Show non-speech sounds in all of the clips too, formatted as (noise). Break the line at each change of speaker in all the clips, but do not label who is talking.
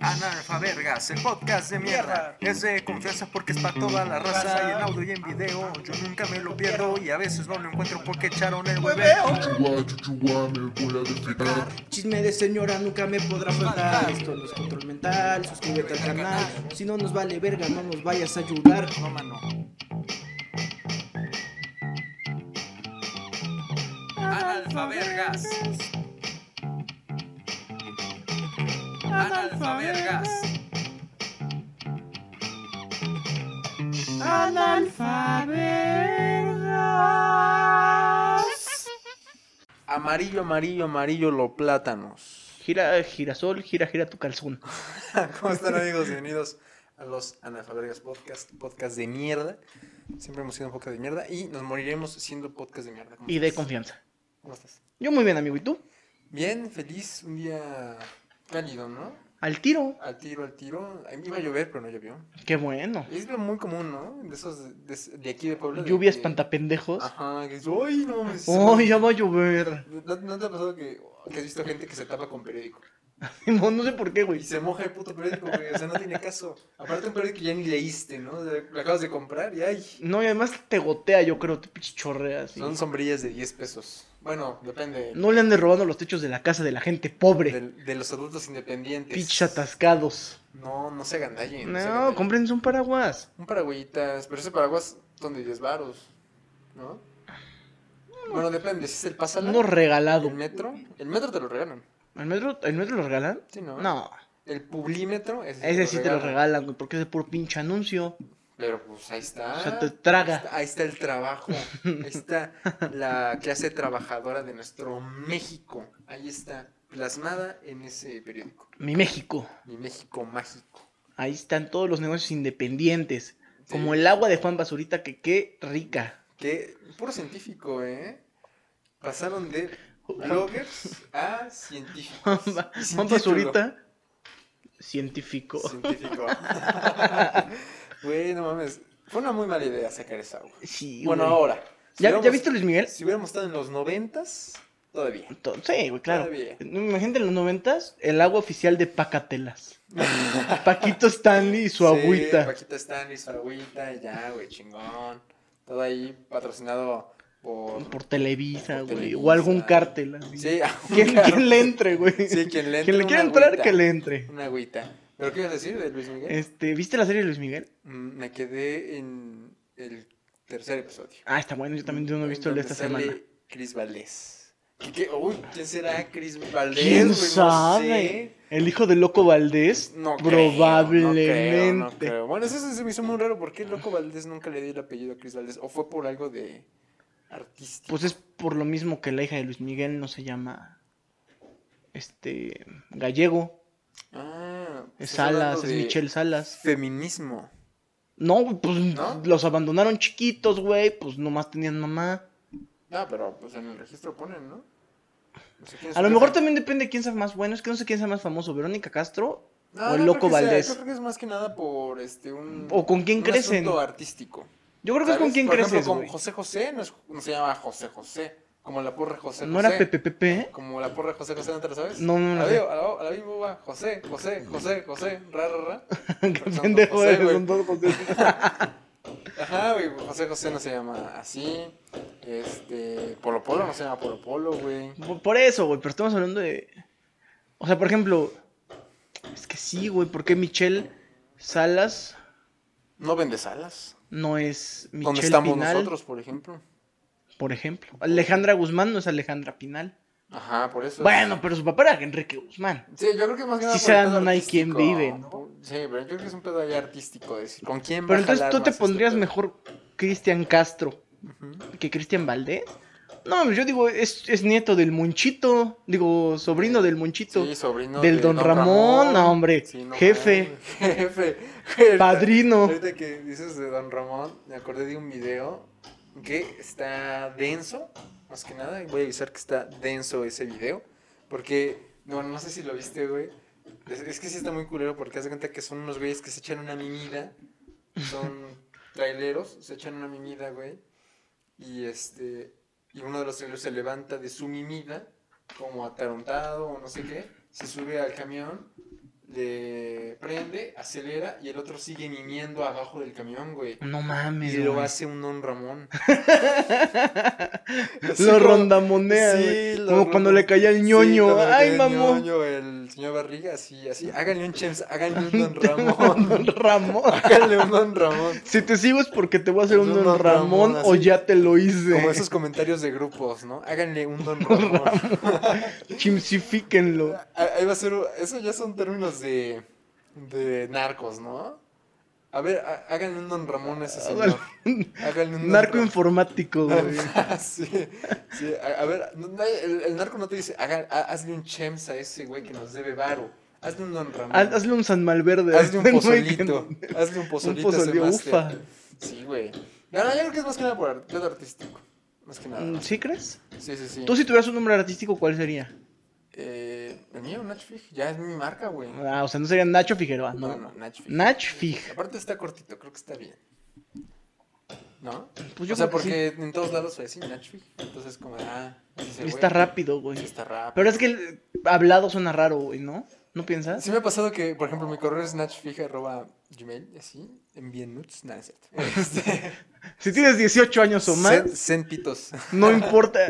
Analfa Vergas, el podcast de mierda. Es de confianza porque es para toda la raza. Y en audio y en video, yo nunca me lo pierdo. Y a veces no lo encuentro porque echaron el hueveo.
Chuchuá, chuchuá, me voy a despegar.
Chisme de señora nunca me podrá
Ah.
faltar. Esto no es control mental, suscríbete al canal. Si no nos vale verga, no nos vayas a ayudar.
No, mano. Analfa Vergas. Analfa Vergas.
Amarillo, amarillo, amarillo, los
(laughs)
plátanos.
Gira, girasol, gira, gira tu calzón.
¿Cómo están amigos? Bienvenidos a los Analfabergas Podcast, podcast de mierda. Siempre hemos sido un podcast de mierda y nos moriremos siendo podcast de mierda. ¿Cómo
Y de
estás?
confianza.
¿Cómo estás?
Yo muy bien, amigo. ¿Y tú?
Bien, feliz, un día cálido, ¿no?
Al tiro.
Al tiro, al tiro. A mí iba a llover, pero no llovió.
Qué bueno.
Es lo muy común, ¿no? De esos, de, de aquí de Puebla. de
Lluvia
que-
espantapendejos.
Ajá, que dices, ¡ay, no! mames,
Oh, ya va a llover. (laughs)
¿No, no te ha pasado que, que has visto gente que se tapa con periódico?
No, no sé por qué,
Y
güey.
se moja el puto periódico, güey. O sea, no tiene caso. Aparte, un periódico que ya ni leíste, ¿no? De- Lo acabas de comprar y ay.
No, y además te gotea, yo creo, te pichorreas.
Son sombrillas de 10 pesos. Bueno, depende.
No le andes robando los techos de la casa de la gente pobre.
del- De, los adultos independientes.
Pichos atascados.
No, no se gandallen. se
No,
agandallen.
cómprense un paraguas.
Un paragüitas, pero ese paraguas son de 10 varos, ¿no? Bueno, depende. Si es el pásala,
Uno regalado.
el metro, el metro te lo regalan.
¿El metro, el metro lo regalan?
Sí, ¿no?
No,
El publimetro, ese,
ese sí te lo regalan, güey, porque es de puro pinche anuncio.
Pero pues ahí está.
O sea, te traga.
Ahí está, ahí está el trabajo. Ahí
(laughs)
está la clase trabajadora de nuestro México. Ahí está, plasmada en ese periódico.
Mi México.
Mi México mágico.
Ahí están todos los negocios independientes.
Sí.
Como el agua de Juan Basurita, que qué rica.
Que, puro científico, ¿eh? Pasaron de bloggers a científicos.
(laughs) Juan,
Y
Ba-
sin título.
Juan Basurita, científico. (laughs)
Científico. Güey, no mames. Fue una muy mala idea sacar esa agua.
Sí,
Bueno,
güey.
ahora. Si
¿Ya, ¿Ya
hubiéramos-
viste Luis Miguel?
Si hubiéramos estado en los noventas, todavía.
To- Sí, güey, claro.
Todavía.
Imagínate en los noventas, el agua oficial
(laughs)
de Pacatelas. Paquito Stanley y su agüita.
Paquito Stanley, su agüita, y ya, güey, chingón. Todo ahí patrocinado por.
Por Televisa,
Por
güey. O
Televisa.
algún cártel. así.
Sí,
¿Quién,
(laughs) claro.
quién le entre, güey?
Sí, quien le
Quien
entre
le
una
quiera entrar,
agüita.
que le entre.
Una agüita. ¿Pero qué ibas a decir de Luis Miguel?
Este, ¿Viste la serie de Luis Miguel?
Mm, Me quedé en el tercer episodio.
Ah, está bueno. Yo también no he
En
visto el de
donde
esta
sale
semana.
Cris Valdés. ¿Qué- qué? Uy, ¿quién será Cris Valdés?
¿Quién
güey? No
sabe? El hijo del loco Valdés,
sé. No creo,
probablemente.
No creo, no creo. Bueno, eso se me hizo muy raro. ¿Por qué Loco Valdés nunca le dio el apellido a Cris Valdés? ¿O fue por algo de artístico?
Pues es por lo mismo que la hija de Luis Miguel no se llama este gallego,
Ah,
es
estás
Salas,
hablando
es
de
Michelle Salas.
Feminismo.
No, güey, pues
¿No?
los abandonaron chiquitos, güey, pues nomás tenían mamá.
Ah, pero pues en el registro ponen, ¿no? No sé quién es
A lo
su
mejor
hija.
también depende de quién sea más bueno, es que no sé quién sea más famoso, Verónica Castro
No,
o el
Ah, no
Loco
creo que sea,
Valdés.
yo creo que es más que nada por este un
o con quién
un
crecen.
asunto artístico.
Yo creo que es con
¿sabes?
quién
por
creces,
ejemplo, con
güey.
José José no, es- no se llama José José, como la porra José
¿No
José.
era Pepe Pepe? (laughs)
Como la porra José José, ¿no te la sabes?
No, no, no.
A la, a la misma boba, José, José, José, José, ra, ra, ra.
Qué
Son
pendejo
José,
eres,
güey.
son todos José.
Ajá, güey, José José no se llama así. Este, Polo Polo no se llama Polo Polo, güey.
Por, por eso, güey, pero estamos hablando de. O sea, por ejemplo. Es que sí, güey, porque Michelle Salas
No vende salas.
no es Michelle
¿Dónde estamos
Pinal,
nosotros, por ejemplo?
por ejemplo? Alejandra Guzmán no es Alejandra Pinal.
Ajá, por eso.
Bueno, pero su papá era Enrique Guzmán.
Sí, yo creo que más que nada.
Sí
por el
se dan
pedo
una y quien
artístico.
vive, ¿no?
Sí, pero yo creo que es un pedo ahí artístico. Decir, ¿Con quién va
Pero
a
entonces
jalar
tú te
más
pondrías
este
mejor Cristian Castro
pedo? Ujú.
que Cristian Valdés. No, pues yo digo, es, es nieto del Monchito. Digo, sobrino del Monchito.
Sí, sobrino.
Del
de
Don Ramón, no, hombre, jefe.
mames, (laughs) Jefe. Ahorita- (laughs)
Padrino.
Ahorita que dices de Don Ramón, me acordé de un video que está denso, más que nada. y Voy a avisar que está denso ese video. Porque, bueno, no sé si lo viste, güey. Es, es que sí está muy culero porque haz de cuenta que son unos güeyes que se echan una mimida. Son traileros, se echan una mimida, güey. Y este. Y uno de los traileros se levanta de su mimida, como atarontado o no sé qué. Se sube al camión le prende, acelera y el otro sigue mimiendo abajo del camión, güey.
No mames,
Y lo
güey.
hace un don
(laughs)
Ramón.
Lo rondamonea,
Sí,
güey.
lo
Como cuando
ronda-
le caía el
Sí,
ñoño.
cuando le cae
Ay,
el
mamón.
ñoño, el señor Barriga, así, así. Háganle un Chems, háganle un
(laughs)
Don Ramón.
Don Ramón.
(laughs) háganle un Don Ramón.
Si te sigo es porque te voy a hacer un
Don
Don Ramón,
Ramón,
o
así.
ya te lo hice.
Como esos comentarios de grupos, ¿no? Háganle un
(laughs)
Don Ramón. (laughs)
Chimsifíquenlo.
Ah, Ahí va a ser, eso ya son términos de, de narcos, ¿no? A ver, ha- háganle un Don Ramón a ese señor. Háganle un Don
Narco
Ramón. (laughs)
informático, güey.
sí, sí, a, a ver, no- no, el, el narco no te dice, "Haga- ha- hazle un chems a ese güey que nos debe varo, hazle un don Ramón,
Haz- Hazle un San Malverde.
hazle un
(laughs) güey, que-
pozolito, hazle un
Un
pozolito a ese
pozolio,
máster".
ufa.
Sí, güey. No, no, yo creo que es más que nada por arte artístico, más que
Mm,
nada.
¿Sí crees?
Sí, sí, sí.
Tú si tuvieras un nombre artístico, ¿cuál sería?
Eh, el mío, Nacho Fig, ya es mi marca, güey.
Ah, o sea, no sería Nacho Figueroa,
No,
no.
no, Nacho Fig.
Nach Fig.
Aparte está cortito, creo que está bien. ¿No?
Pues yo
o sea,
creo que
porque en todos lados fue así, Nacho Fig. Entonces, como, de, ah, así se,
sí.
güey.
Está rápido, güey.
Sí, está rápido.
Pero es que el hablado suena raro, güey, ¿no? ¿No piensas?
Sí me ha pasado que, por ejemplo, mi correo es natchfija.gmail, y así, envíen nuts, nada, es cierto.
(laughs)
Este,
Si tienes 18 años o más,
send- send pitos.
no importa.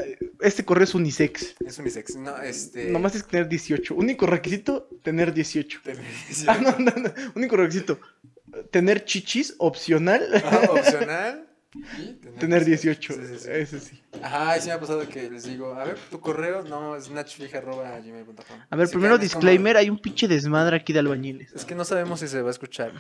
Este correo es unisex.
Es unisex, no, este...
Nomás tienes que tener 18. Único requisito, tener 18.
te- sí.
(laughs) Ah, no, no, no. Único requisito, tener chichis opcional,
Ajá, Opcional. y
tener 18.
Sí, sí, sí.
Ese sí.
Ajá, y sí me ha pasado que les digo, a ver, tu correo, no, es natchfija.gmail.com.
A ver,
Sí,
primero
que es como-
disclaimer, hay un pinche desmadre aquí de albañiles.
Es que no sabemos si se va a escuchar.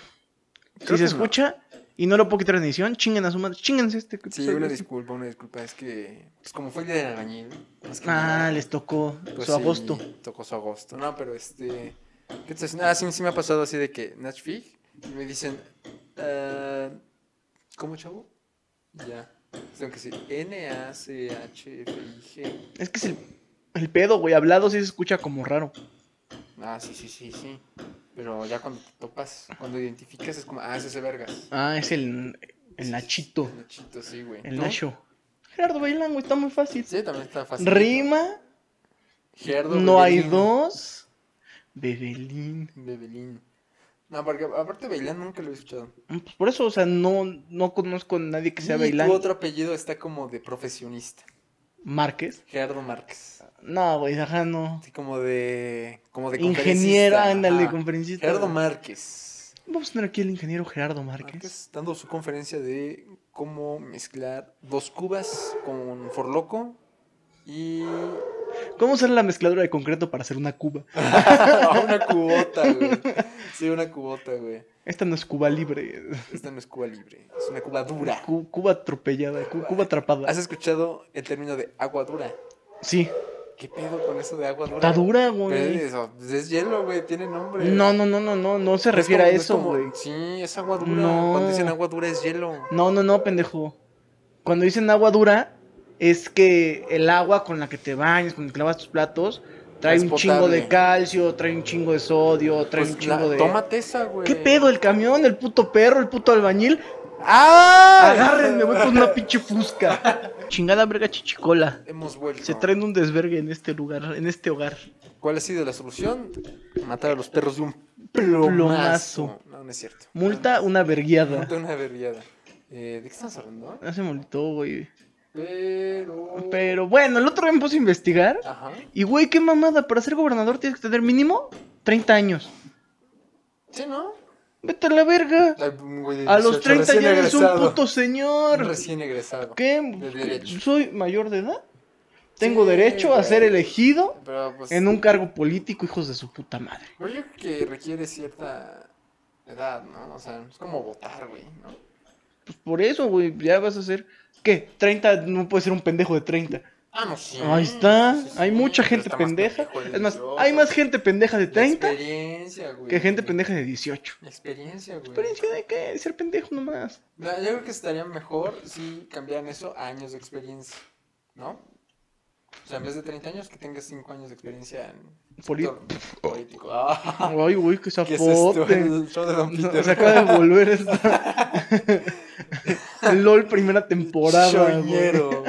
Si
Creo
se
que no.
escucha y no lo puedo quitar en edición, chinguen a su madre, chingense este.
Sí, una disculpa, una disculpa, es que, pues como fue el día del albañil, más que
Ah,
nada,
les tocó
Pues
su
sí,
agosto.
Tocó su agosto. No, pero este. ¿Qué te dicen? Ah, sí, sí me ha pasado así de que Natch Fig. Y me dicen. ah, ¿Cómo, chavo? Y Ya. Tengo que decir N-A-C-H-F-I-G.
Es que es el, el pedo, güey, hablado sí se escucha como raro.
Ah, sí, sí, sí, sí. Pero ya cuando te topas, cuando identificas, es como, ah, es ese vergas.
Ah, es el, el Nachito,
El Nachito, sí, güey.
el
¿Tú?
Nacho. Gerardo Bailán, güey, está muy fácil.
Sí, también está fácil.
Rima,
Gerardo
no hay
Bebelín.
dos. Bebelín.
Bebelín. No, porque aparte Bailán nunca lo he escuchado.
Mm, Pues por eso, o sea, no, no conozco a nadie que sea
Y
Bailán.
Tu otro apellido está como de profesionista.
Márquez.
Gerardo Márquez.
No, güey, ajá, no.
Así como de. Como de
Ingeniero,
conferencista,
ándale,
ajá.
conferencista.
Gerardo Márquez.
Vamos a tener aquí el ingeniero Gerardo Márquez.
Márquez dando su conferencia de cómo mezclar dos cubas con Forloco y.
¿Cómo usar la mezcladora de concreto para hacer una cuba?
(laughs) una cubota, güey. Sí, una cubota, güey.
Esta no es cuba libre,
Esta no es cuba libre, es una cuba dura.
cu- cuba atropellada, cu- cuba atrapada.
¿Has escuchado el término de agua dura?
Sí,
¿Qué pedo con eso de agua dura?
está dura,
Pero es,
güey.
eso, es hielo, güey, tiene nombre.
No, no, no, no, no, no
No
se
es como-
refiere a
no es
eso,
como-
güey.
Sí, es agua dura.
No.
Cuando dicen agua dura es hielo.
No, no, no, pendejo. Cuando dicen agua dura, es que el agua con la que te bañas, con la que lavas tus platos, trae
Es
un chingo de
potable.
calcio, trae un chingo de sodio, trae un
Pues
chingo
la-
de.
Tómate esa, güey.
¿Qué pedo? ¿El camión? ¿El puto perro? ¿El puto albañil?
¡Ah!
Agárrenme, voy con una pinche fusca. (laughs) Chingada verga chichicola.
Hemos vuelto.
Se traen un desvergue en este lugar, en este hogar.
¿Cuál ha sido la solución? Matar a los perros de un
Plomazo.
plomazo. No, no es cierto.
Multa, una verguiada.
Multa una berriada. Eh, ¿De qué estamos hablando?
No se molestó, güey.
Pero.
Pero bueno, el otro día me puse a investigar.
Ajá.
Y güey, qué mamada. Para ser gobernador tienes que tener mínimo 30 años.
Sí, ¿no?
Vete a la verga.
Ay, un güey de
A los
18,
30
recién
ya eres un
egresado.
puto señor.
Recién egresado. De
¿Qué?
derecho.
¿Soy mayor de edad? ¿Tengo
Sí,
derecho a
güey.
ser elegido
Pero pues.
en un cargo político, hijos de su puta madre?
Pero yo creo que requiere cierta edad, ¿no? O sea, es como votar, güey, ¿no?
Pues por eso, güey, ya vas a ser. ¿Qué? 30, no puede ser un pendejo de 30.
Ah, no, sí.
Ahí está.
Sí, sí,
hay
sí,
mucha
pero
gente
está más
pendeja.
pendejo el
Es más,
18.
hay más gente pendeja de
La
30
Experiencia, güey.
que gente pendeja de 18.
La Experiencia, güey.
¿Experiencia de qué? De ser pendejo nomás.
No, yo creo que estaría mejor si cambiaran eso a años de experiencia, ¿no? O sea, en vez de 30 años, que tengas 5 años de experiencia en
Poli-
sector político. Ah,
Ay, güey,
¿Qué
qué
es esto? (laughs)
zapote.
El show de Don
No,
Peter.
se acaba de
(laughs) (laughs)
volver esta. LOL primera temporada. güey.
Showñero.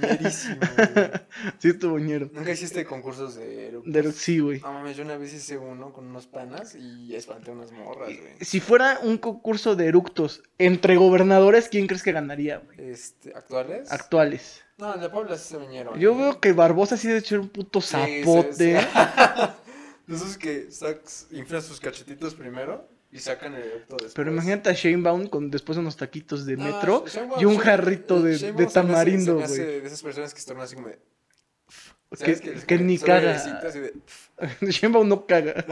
Merísimo, güey.
Sí, estuvo ñero.
Nunca hiciste concursos de eructos?
De eruc- sí, güey.
No mames, yo una vez hice uno con unos panas y espanté unas morras, güey.
Si fuera un concurso de eructos entre gobernadores, ¿quién crees que ganaría, güey?
Este, ¿Actuales?
Actuales.
no, en la Puebla sí se bañaron.
Yo veo que Barbosa sí debe ser un puto
Sí,
zapote.
sí, sí. (laughs) De esos que sac- inflan sus cachetitos primero y sacan el eructo después.
Pero imagínate a Shane Baum con después unos taquitos de
No,
metro
Sheinbaum-
y un
Shein-
jarrito
Sheinbaum
de, de
se me hace- se
tamarindo,
me hace
güey.
De esas personas que están así como de.
Que,
¿sabes? les-
que ni
solo
caga.
airecito así de-
(laughs) Shane Baum no caga.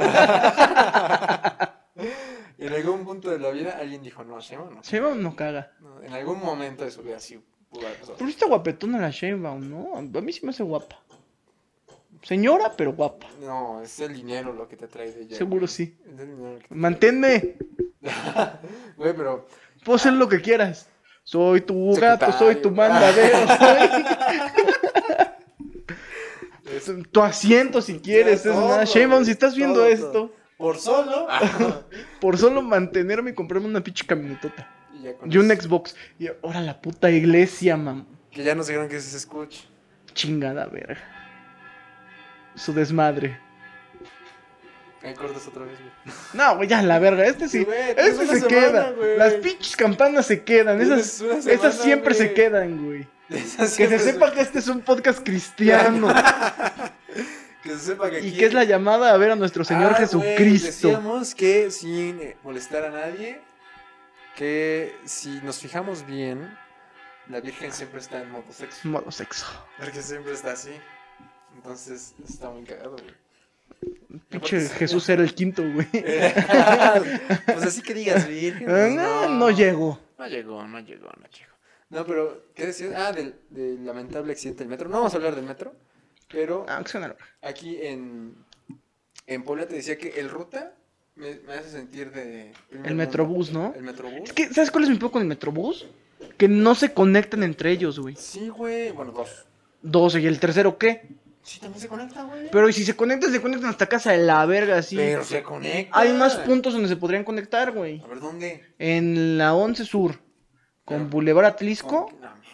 En algún punto de la vida alguien dijo, no, Sheinbaum no.
(laughs) Shane Baum no caga.
No, En algún momento de su vida sí pudo haber pasado.
Pero sí está guapetona la Shane Baum, ¿no? A mí sí me hace guapa. Señora, pero guapa.
No, es el dinero lo que te atrae de ella.
Seguro
güey.
sí.
Es el dinero lo que te
Manténme.
Güey, pero.
Puedo hacer lo que quieras. Soy tu gato,
Secretario.
soy tu
(laughs)
mandadero, soy... tu asiento si quieres. Es
Todo,
nada. Shane Baum, si estás viendo
todo,
esto,
todo. Por solo.
Ah. por solo mantenerme y comprarme una pinche camionetota.
y ya con
Y un
eso.
Xbox. Y ahora la puta iglesia, mam.
Que ya nos dijeron que se escucha.
Chingada verga. Su desmadre.
Ahí cortas otra vez, güey.
No, güey, ya la verga. Este sí.
Sí, güey, tienes
este
una
se
semana,
queda.
güey.
Las pinches campanas se quedan.
Tienes
Esas,
una
esas
semana,
siempre se
güey.
quedan, güey.
(laughs) Esas
Que
siempre
se sepa que este es un podcast cristiano.
Que se sepa que
y
aquí-
que es la llamada a ver a nuestro Señor
Ah, güey,
Jesucristo.
decíamos que sin eh, molestar a nadie, que si nos fijamos bien, la Virgen siempre está en modo sexo.
Modo sexo.
Porque siempre está así. Entonces está muy cagado, güey.
Pinche Jesús
(laughs)
era el quinto, (laughs) güey.
pues así que digas, Virgen. pues
No, Ah, no llegó.
No llegó, no llegó, no llegó. No, pero, ¿qué decías? Ah, del, del lamentable accidente del metro. No vamos a hablar del metro, pero
Ah, que suena-
aquí en, en Puebla te decía que el ruta me, me hace sentir de... primer
El
mundo.
Metrobús, ¿no?
El metrobús.
Es que, ¿sabes cuál es mi poco con el Metrobús? Que no se conectan entre ellos, güey.
Sí, güey. Bueno, dos.
Dos, ¿y el tercero qué?
Sí, también se conecta, güey.
Pero ¿y si se conectan, se conectan hasta casa de la verga, así.
Pero se conecta.
Hay más puntos donde se podrían conectar, güey.
A ver, ¿dónde?
En la 11 Sur, con
Pero-
Boulevard Atlisco.
No, mames.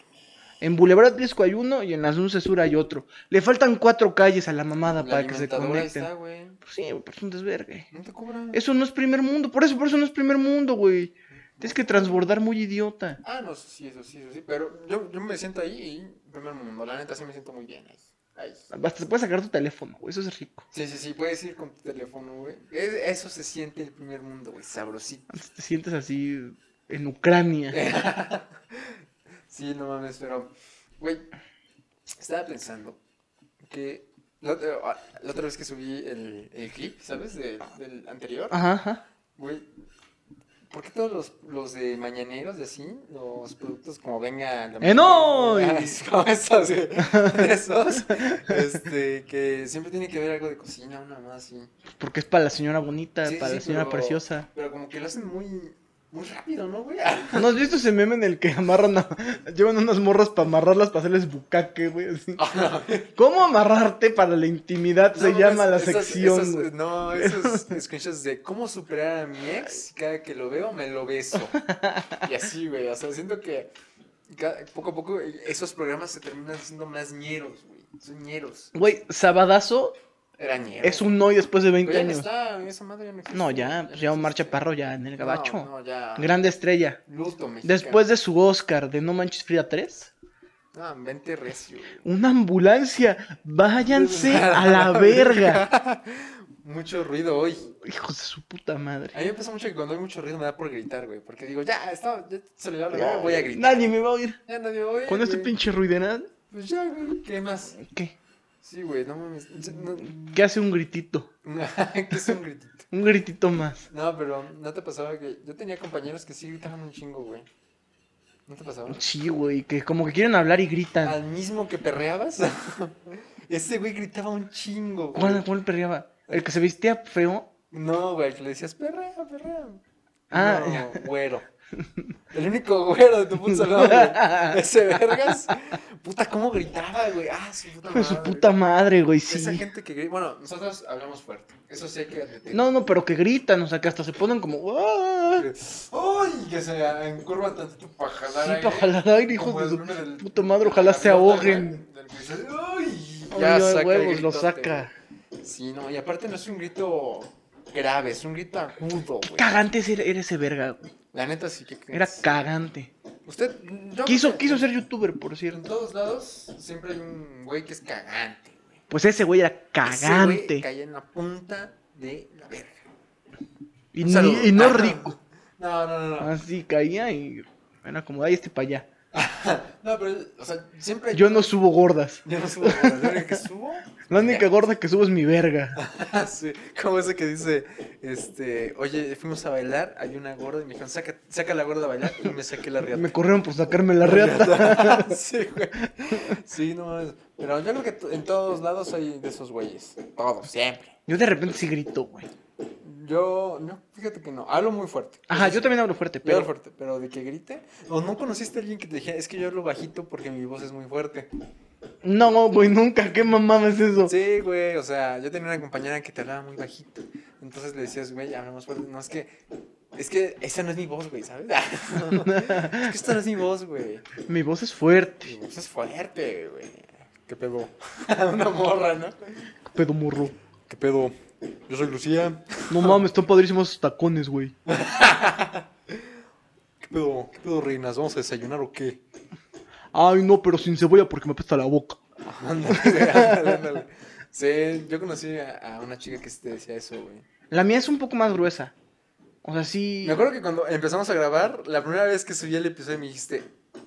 En Boulevard Atlisco hay uno y en las 11 Sur hay otro. Le faltan cuatro calles a la mamada
La
para que se
alimentadora
conecten.
está, güey.
Pues sí, güey, pero es un desvergue.
No te cobran.
Eso no es primer mundo. Por eso, por eso no es primer mundo, güey. Tienes que transbordar muy idiota.
Ah, no, eso sí, eso sí, eso sí. Pero yo, yo me siento ahí y primer mundo. La neta sí me siento muy bien ahí. ahí.
Hasta se puede sacar tu teléfono, güey. Eso es rico.
Sí, sí, sí, puedes ir con tu teléfono, güey. Es- Eso se siente el primer mundo, güey, sabrosito. (laughs)
Antes te sientes así en Ucrania.
sí, no mames, pero, güey, estaba pensando que la otra, ah, la otra vez que subí el, el clip, ¿sabes? Del- del anterior,
Ajá, ajá.
güey. ¿Por qué todos los, los de mañaneros de así, los productos como venga la
¡En
mañana, (laughs)
hoy!
ah, es como esos, güey, (laughs) de esos, este, que siempre tiene que ver algo de cocina, una más así.
Porque es para la señora bonita,
Sí,
para
sí,
la señora
pero-
preciosa.
Pero como que lo hacen muy, muy rápido, ¿no, güey?
¿No has visto ese meme en el que amarran a... Llevan unas morras para amarrarlas, para hacerles bucaque, güey? así? ¿Cómo amarrarte para la intimidad? se
No,
llama
es-
la
esas-
sección,
esas-
güey.
no, esos screenshots de cómo superar a mi ex, cada que lo veo me lo beso. Y así, güey, o sea, siento que ca- poco a poco eh, esos programas se terminan siendo más ñeros, güey. Son ñeros.
Güey, Sabadazo
Era ñero.
es un hoy después de 20
Pero ya no
años.
está, esa madre ya no existe.
No, ya, pues ya Omar
existe.
Chaparro ya en el
No,
gabacho.
No, ya.
Grande estrella.
Luto mexicano.
Después de su Oscar de No Manches Frida 3,
Ah, vente recio. güey.
una ambulancia.
(laughs)
Váyanse a la verga.
Mucho ruido hoy.
Hijos de su puta
A
madre.
mí me pasa mucho que cuando hay mucho ruido me da por gritar, güey. Porque digo, ya, está, ya se le va a
Ya,
largar, voy a gritar.
Nadie me va a oír.
Ya nadie va a oír,
Con este
güey.
pinche ruideral.
Pues ya, güey, ¿qué más?
¿Qué?
Sí, güey, no mames. ya, no-
¿Qué hace un gritito?
(laughs) que es un gritito.
Un gritito más.
No, pero no te pasaba que. Yo tenía compañeros que sí gritaban un chingo, güey. ¿No te pasaba?
Sí, güey, que como que quieren hablar y gritan.
Al mismo que perreabas. (laughs) Ese güey gritaba un chingo. güey.
¿Cuál, cuál perreaba? ¿El que se vestía feo?
No, güey, que le decías perrea, perrea.
Ah,
no, güero. El único güero de tu puto salón,
(laughs)
güey. Ese vergas. Ah. (laughs) Puta, cómo gritaba, güey. Ah, su puta
Hijo de
madre.
su puta madre, güey, sí.
Esa gente que grita. Bueno, nosotros hablamos fuerte. Eso sí hay que admitir.
No, no, pero que gritan, o sea, que hasta se ponen como. "Ah".
¡Ay! Que se encurvan tantito para jalar.
Sí,
aire,
para jalar aire, hijos
como
de
el
su
meme del-
puta madre, ojalá se
del-
ahoguen.
del episodio. ¡Ay!
Ay,
Ya
ay,
saca el
huevos, lo
gritote,
saca.
güey. Sí, no, y aparte no es un grito grave, es un grito agudo, güey.
Cagante ese- era ese verga, güey.
La neta sí que.
Era cagante.
Usted. yo-
Quiso, quiso ser youtuber, por
En
cierto.
todos lados siempre hay un güey que es cagante. güey.
Pues ese güey era
Ese güey
cagante.
caía en la punta de la verga.
Y,
Un
ni-
saludo.
y
Ah,
no rico.
No, no, no. No,
Así caía y. Era como, ay, este para allá.
no pero, o sea, siempre.
Yo no subo gordas.
(laughs) Yo no subo. La verga que subo.
(laughs)
Ah,
La
(laughs)
única gorda que subo es mi verga.
sí, como ese que dice, este, oye, fuimos a bailar, hay una gorda y me dijeron, saca, saca la gorda a bailar y me saqué la riata.
Me corrieron por sacarme
(laughs)
la reata. (laughs)
sí, güey. Sí, no mames. Pero yo creo que t- en todos lados hay de esos güeyes. Todos, siempre.
Yo de repente sí grito, güey.
Yo, no, fíjate que no, hablo muy fuerte.
Ajá,
Eso
yo
sí,
también hablo fuerte,
yo hablo
pero.
fuerte, pero de que grite. O no conociste a alguien que te dijera, es que yo hablo bajito porque mi voz es muy fuerte.
No, güey, nunca. ¿Qué mamada es eso?
Sí, güey, o sea, yo tenía una compañera que te hablaba muy bajito. Entonces le decías, güey, hablamos fuerte. No, es que, es que esa no es mi voz, güey, ¿sabes? (laughs) es que esta no es mi voz, güey.
Mi voz es fuerte.
Mi voz es fuerte, güey. ¿Qué pedo? (laughs) una morra, ¿no?
Pedo morro.
¿Qué pedo? Yo soy Lucía.
No mames, están padrísimos esos tacones, güey.
¿Qué pedo? ¿Qué pedo, reinas? ¿Vamos a desayunar o qué?
Ay, no, pero sin cebolla porque me apesta la boca.
Ándale, güey, (laughs) ándale, ándale. Sí, yo conocí a, a una chica que sí te decía eso, güey.
La mía es un poco más gruesa. O sea, sí.
Me acuerdo que cuando empezamos a grabar, la primera vez que subí el episodio me dijiste,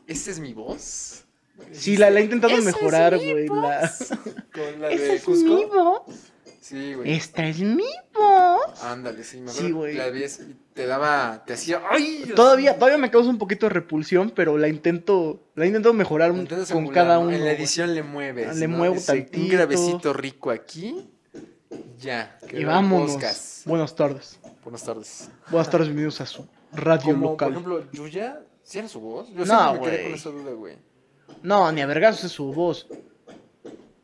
¿esta es mi voz?
Sí, la, la he intentado mejorar, güey. la- (laughs)
Con la
Esa
de
es mi
Cusco.
voz.
Sí, güey.
Esta es mi voz.
Ándale, sí, me
Sí,
acuerdo. que
güey.
La veías y te daba, te hacía, ¡ay! así.
Todavía, todavía me causa un poquito de repulsión, pero la intento, la intento mejorar un-
Intentas
con
emular,
cada
¿no?
uno.
En la
güey.
edición le mueves.
Le
¿no?
muevo
Dice, Un
tantito.
gravecito rico aquí. Ya. quedó
Y
el
vámonos.
podcast.
Buenas tardes.
Buenas tardes.
Buenas tardes, bienvenidos a su radio
Como, por
local.
ejemplo, Yuya, ¿sí era su voz? Yo
No,
siempre me quedé
güey.
con esa duda, güey.
No, ni a vergas es su voz.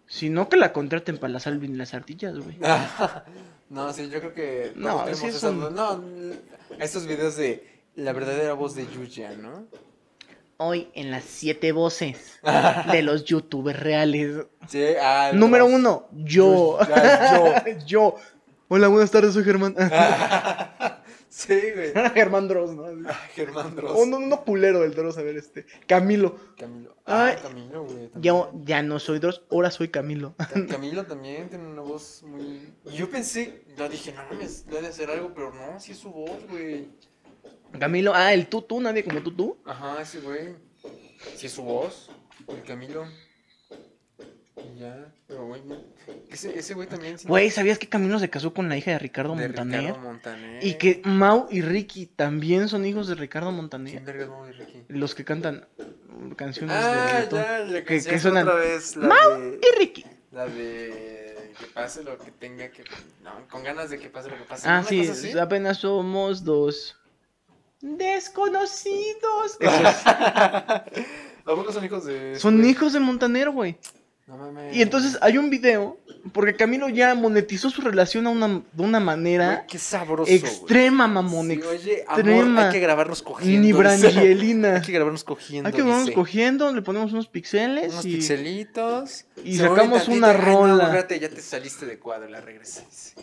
Sino que la contraten para las albin las ardillas, güey.
(laughs) no, sí, yo creo que
No,
todos
sí
tenemos
es
esa
un-
duda. No, estos videos de la verdadera voz de Yuya, ¿no?
Hoy en las siete (laughs) voces de los youtubers reales.
Sí, ah, el
Número
voz.
uno, yo.
Ya,
(laughs) yo. Hola, buenas tardes, soy Germán.
(laughs)
(laughs)
Sí, güey. Ah,
Germán Dross, ¿no?
Germán Dross.
Uno, uno culero del Dross, a ver, este. Camilo.
Camilo. Ah,
Ay.
Camilo, güey. también.
Yo ya no soy Dross, ahora soy Camilo. (laughs)
Cam- Camilo también tiene una voz muy. Yo pensé, yo dije, no mames, le ha de hacer algo, pero no, sí es su voz, güey.
Camilo, ah, el tú, tú, nadie como tú, tú.
Ajá, ese güey. Sí es su voz, el Camilo. Y ya, pero güey, no. ese, ese güey también. sí-
Güey, ¿sabías que Camilo se casó con la hija de Ricardo
de
Montaner?
Ricardo Montaner.
Y que Mau y Ricky también son hijos de Ricardo Montaner.
¿Quién verga no, Ricky?
Los que cantan mm, canciones de
Ah,
reggaetón.
ya, le
Que- que
canción
suenan,
otra vez la
"Mau
de.
Y Ricky.
La de. Que pase lo que tenga que. No, con ganas de que pase lo que pase.
Ah,
Una
sí,
cosa así.
apenas somos dos desconocidos. Eso es.
(laughs) ¿A poco son hijos de.? este
Son
güey?
hijos de Montaner, güey.
No mames.
Y entonces hay un video, porque Camilo ya monetizó su relación a una, de una manera
Güey, qué sabroso. güey.
extrema, mamón.
Sí,
(laughs) ex-
oye, amor,
extrema.
hay que grabarnos cogiendo.
Ni
dice.
Brangelina.
Hay que grabarnos (laughs) cogiendo.
Hay que vamos
dice.
Ah, cogiendo, le ponemos unos pixeles
Unos
y
pixelitos.
y
se mueve
sacamos
tantito,
una
ay, no,
rola.
espérate, ya te saliste de cuadro, la regresa. dice.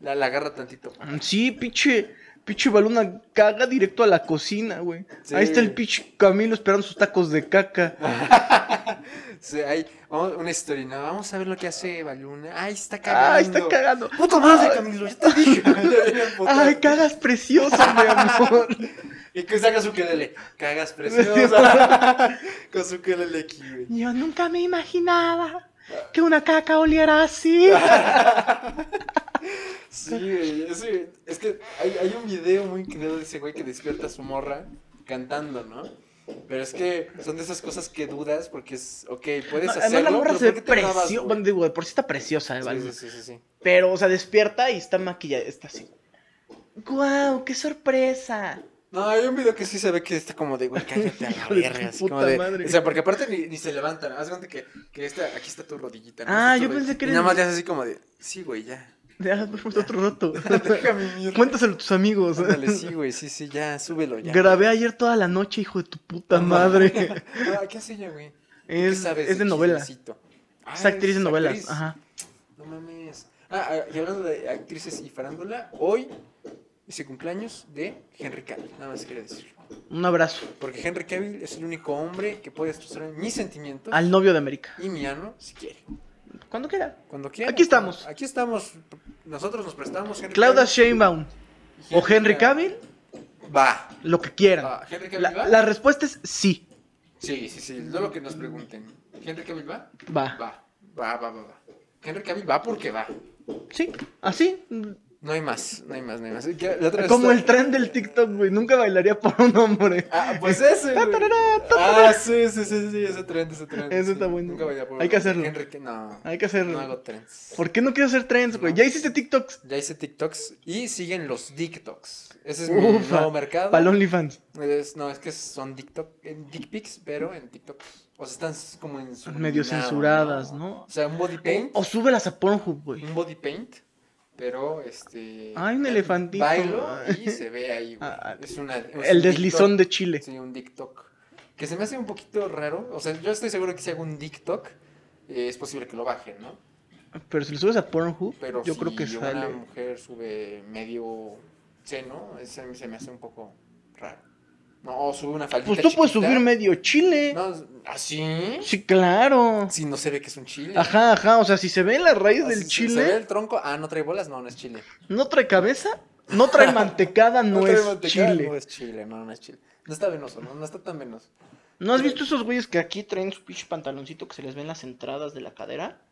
La, la agarra tantito.
Mm, Sí, pinche, pinche balona caga directo a la cocina, güey.
Sí.
Ahí está el pinche Camilo esperando sus tacos de caca.
Sí, ahí, vamos, una historia, ¿no? Vamos a ver lo que hace Baluna. Ay, está cagando.
Ay, está cagando.
Puta madre, Camilo, ya te dije. (laughs) Pues, eh,
Ay, cagas precioso, mi amor.
Y que saca su quelele.
(laughs)
Cagas preciosa. (laughs) Con su quelele aquí, güey.
Yo nunca me imaginaba que una caca
(laughs)
oliera así.
Sí, güey, ese- es que hay, hay un video muy creado de ese güey que despierta a su morra cantando, ¿no? Pero es que son de esas cosas que dudas porque es, ok, puedes
No,
hacerlo,
Además, la morra
pero
se
¿por
ve
qué te grabas,
preciosa.
güey?
Bueno, digo, de por sí está preciosa, eh, Baluna.
Sí, sí, sí, sí, sí.
Pero, o sea, despierta y está maquillada, está así. ¡Guau! ¡Qué sorpresa!
No, hay un video que sí se ve que está como de, güey, cállate a la
(laughs) Hijo de
verga.
tu
Así como
puta
de,
madre.
O sea, porque aparte ni, ni se levantan. Haz cuenta que, que esta, aquí está tu rodillita. ¿no?
Ah,
Esto,
yo
güey.
pensé que
Y
era
Nada
el-
más le haces así como de, sí, güey,
(laughs)
ya.
Ya, vamos a otro
(laughs)
rato.
Déjame mierda.
Cuéntaselo a tus amigos.
Ándale,
(laughs)
sí, güey, sí, sí, ya, súbelo ya.
Grabé ayer toda la noche, hijo de tu puta madre.
(laughs) Ah, ¿Qué hace ella, güey? ¿Qué
(laughs) Es,
sabes
es de novela.
chismecito? Ah,
Es actriz de novelas. Ajá.
No mames. Ah, ah, y hablando de actrices y farándula, hoy es el cumpleaños de Henry Cavill, nada más quería decirlo.
Un abrazo
Porque Henry Cavill es el único hombre que puede expresar mis sentimientos
al novio de América.
y mi ano si quiere.
Cuando quiera.
Cuando quiera.
Aquí estamos.
Aquí estamos. Nosotros nos prestamos. Henry
Claudia
Cavill
Sheinbaum
y
o Henry Cavill,
Va.
lo que quieran.
Va. Ah, ¿Henry Cavill
La,
va?
la respuesta es sí.
Sí, sí, sí. No lo que nos pregunten. ¿Henry Cavill va?
Va.
Va. Va, va, va, va. Henry Cavill va porque va.
Sí, así.
No hay más, no hay más, no hay más. Ya, la otra vez
Como
estaba-
el tren del TikTok, güey. Nunca bailaría por un hombre.
Ah, pues ese. güey.
Tararara,
Ah, sí, sí, sí, sí, ese tren, ese tren.
Ese
sí.
está bueno.
Nunca vaya por
Hay que hacerlo.
Henry, Ca- no.
Hay que
No hago
hacerlo.
trends.
¿Por qué no quiero hacer trends, güey?
No.
Ya hiciste TikToks.
Ya hice TikToks y siguen los TikToks. Ese es mi
Ufa.
nuevo mercado.
Para OnlyFans.
Es- no, es que son TikTok, en dick pics, pero en TikTok. O sea, están s- como en
Medio censuradas, ¿no?
O sea, un body paint,
O súbelas a Pornhub, güey.
un body paint, pero este.
Ay, Ah, un
eh,
elefantito.
Bailo y se ve ahí. güey.
Ah,
es una, es un
El deslizón
TikTok.
de Chile.
Sí, un TikTok. Que se me hace un poquito raro. O sea, yo estoy seguro que si hago un TikTok, eh, es posible que lo bajen, ¿no?
Pero si lo subes a Pornhub,
Pero
yo
si
creo que
una
sale.
mujer sube medio seno, ese a mí se me hace un poco raro. No, o sube una faldita
Pues tú puedes
chiquita.
subir medio chile.
No, ¿así?
Sí, claro.
Si no se ve que es un chile.
Ajá, ajá. O sea, si se ve la raíz
Ah,
del
si se-
chile,
¿Se ve el tronco? Ah, ¿no trae bolas? No, no es chile.
no trae cabeza, no
(laughs)
trae mantecada, no,
trae
es
mantecado,
chile.
No es chile, no, no es chile. No está venoso, no, no está tan venoso.
¿No has visto esos güeyes que aquí traen su pinche pantaloncito que se les ven las entradas de la cadera?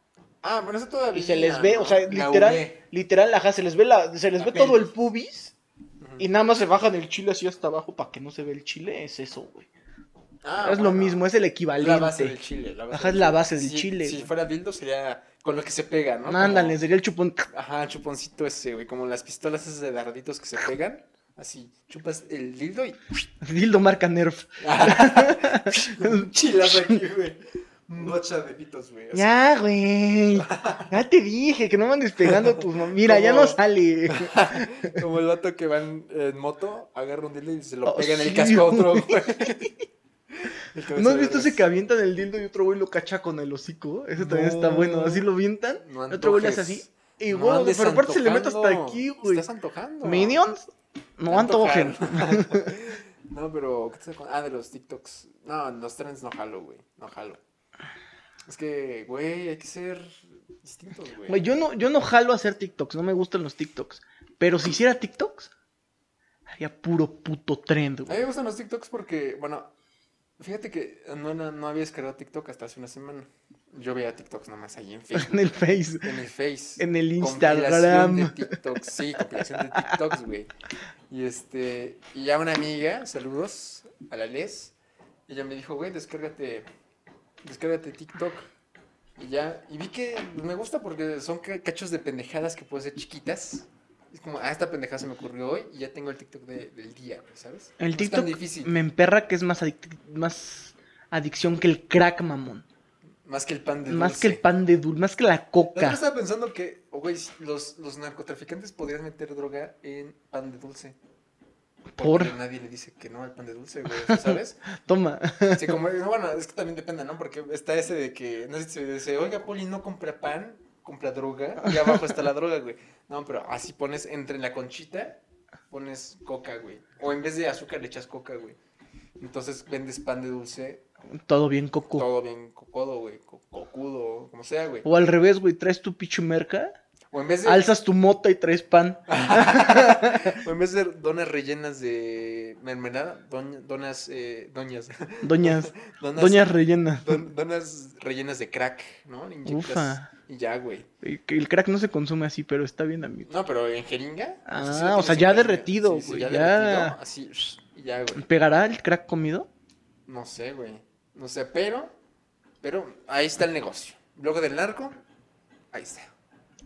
Ah, pero eso todavía.
Y se les ve, o sea,
¿no? La
literal,
V.
literal, ajá, se les ve la, se les ve
Apenas.
todo el pubis
Ujú.
y nada más se bajan el chile así hasta abajo para que no se ve el chile, es eso, güey.
Ah,
es lo
bueno.
mismo, es
La base
el
del
equivalente.
chile. La base
Ajá,
del
es la
chile.
base del
Si-
chile,
Si
güey.
fuera dildo sería con lo que se pega, ¿no? Como-
Ándale, sería el chupón. (laughs)
Ajá, chuponcito ese, güey. Como las pistolas esas de darditos que se pegan. Así, chupas el dildo
(laughs)
y. (laughs)
Dildo marca Nerf.
Un Chilazo aquí, güey. Mocha de pitos, güey. así.
Ya, güey. Ya te dije que no me
(laughs)
andes pegando tus mam- Mira, ya no
Como- (laughs)
sale.
Como el vato que va en, en moto, agarra un dildo y se lo
Oh,
pega en el
sí,
casco a otro,
güey.
güey.
¿No has visto ese que avientan el dildo y otro güey lo cacha con el hocico? Ese también está
No.
bueno. Así lo avientan.
No
el otro güey le hace
antojes.
así. Y
No
güey,
andes
pero aparte se le mete hasta
antojando.
aquí, güey.
Estás antojando.
Minions, no antojen.
no, pero. ¿qué te saco? Ah, de los TikToks. No, en los trends no jalo, güey. No jalo. Es que, güey, hay que ser distintos,
Güey,
güey.
yo no, yo no jalo a hacer TikToks, no me gustan los TikToks. Pero si hiciera TikToks, haría puro puto trend,
A
güey.
mí me gustan los TikToks porque, bueno, fíjate que no, no, no había descargado TikTok hasta hace una semana. Yo veía TikToks nomás ahí en Facebook.
(laughs) En el Face,
En el Face.
en el
Compilación de
Instagram.
TikToks, sí, compilación de TikToks, güey. Y este, y ya una amiga, saludos a la Les, ella me dijo, güey, descárgate, descárgate TikTok. Y ya, y vi que me gusta porque son ca- cachos de pendejadas que puedo hacer chiquitas. Es como, ah, esta pendejada se me ocurrió hoy y ya tengo el TikTok de- del día, güey, ¿sabes? No
El
es tan
TikTok
difícil,
me emperra que es más, adic- más adicción que el crack, mamón.
más que el pan de
Más que el
dulce.
pan de dulce, más que la
La otra
coca.
estaba pensando que, oh, güey, los, los narcotraficantes podrían meter droga en pan de dulce.
Por.
Porque nadie le dice que no al pan de dulce, güey, o sea, ¿sabes?
Toma. (laughs)
Sí, como, no, bueno, es que también depende, ¿no? Porque está ese de que, no sé si dice, oiga, Poli, no compra pan, compra droga, y abajo está la droga, güey. No, pero así pones, entre la conchita, pones coca, güey. O en vez de azúcar le echas coca, güey. Entonces vendes pan de dulce,
Todo bien, coco.
todo bien cocodo, güey, co- cocudo, como sea, güey.
O al revés, güey, traes tu pichu merca,
O en vez de...
alzas tu mota y
(laughs)
traes pan.
O en vez de donas rellenas de mermelada, doña- donas, eh, doñas, (laughs)
Doñas,
donas,
doñas rellenas.
don- donas rellenas de crack, ¿no? Le inyectas
Ufa.
Y ya, güey.
(laughs) El el crack no se consume así, pero está bien, amigo.
No, pero en jeringa.
Ah,
así lo
o sea,
tienes en
ya
jeringa.
derretido,
Sí, sí,
güey,
ya,
ya.
derretido, así, y ya, güey.
¿Pegará el crack comido?
No sé, güey. No sé, pero, pero ahí está el negocio. Luego del narco, ahí está.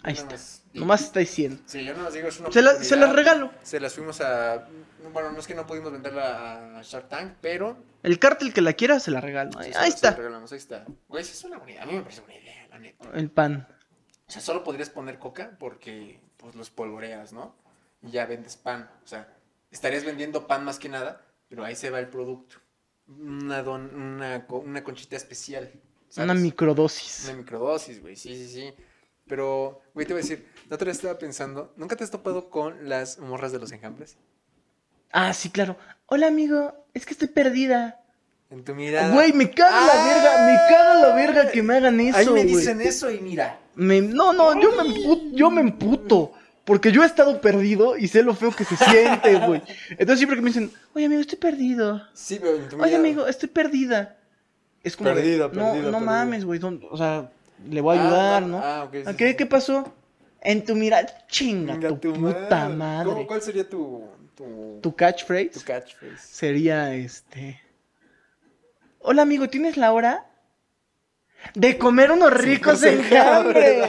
Ahí
Yo
está.
nada más-
Nomás está diciendo.
Sí, yo no digo, es una
Se la- se las
oportunidad.
regalo.
Se las fuimos a. Bueno, no es que no pudimos venderla a Shark Tank, pero.
El cártel que la quiera se la regalo.
sí,
Ahí,
se la- se
ahí
la
está.
regalamos, ahí está. Güey, sí es una buena A mí me parece buena idea, la neta.
El pan.
O sea, solo podrías poner coca porque pues los polvoreas, ¿no? Y ya vendes pan. O sea, estarías vendiendo pan más que nada, pero ahí se va el producto. Una, don- una, co- una conchita especial. ¿sabes?
Una microdosis.
Una microdosis, güey, sí, sí, sí. Pero, güey, te voy a decir, la otra vez estaba pensando, ¿nunca te has topado con las morras de los enjambres?
Ah, sí, claro. Hola, amigo. Es que estoy perdida.
En tu mirada.
Güey, me caga la verga. Me caga la verga que me hagan eso.
Ah. Ahí me
güey.
dicen eso y mira.
Me- no, no, yo me, empu- yo me emputo. Porque yo he estado perdido y sé lo feo que se siente,
(laughs)
güey. Entonces siempre que me dicen, oye, amigo, estoy perdido.
Sí, pero en tu mirada.
Oye, amigo, estoy perdida. Es como, de,
Perdido,
no,
perdido,
no
perdido.
mames, güey. don- O sea, le voy a ayudar, ¿no?
Ah, ok. sí,
¿A
sí,
qué,
sí.
¿Qué pasó? En tu mirada, chinga,
Venga,
tu,
tu
puta
madre.
madre.
¿Cómo- ¿Cuál sería tu, tu,
Tu catchphrase
tu catchphrase?
sería este. Hola, amigo, ¿tienes la hora? De comer
(laughs)
unos ricos enjambres.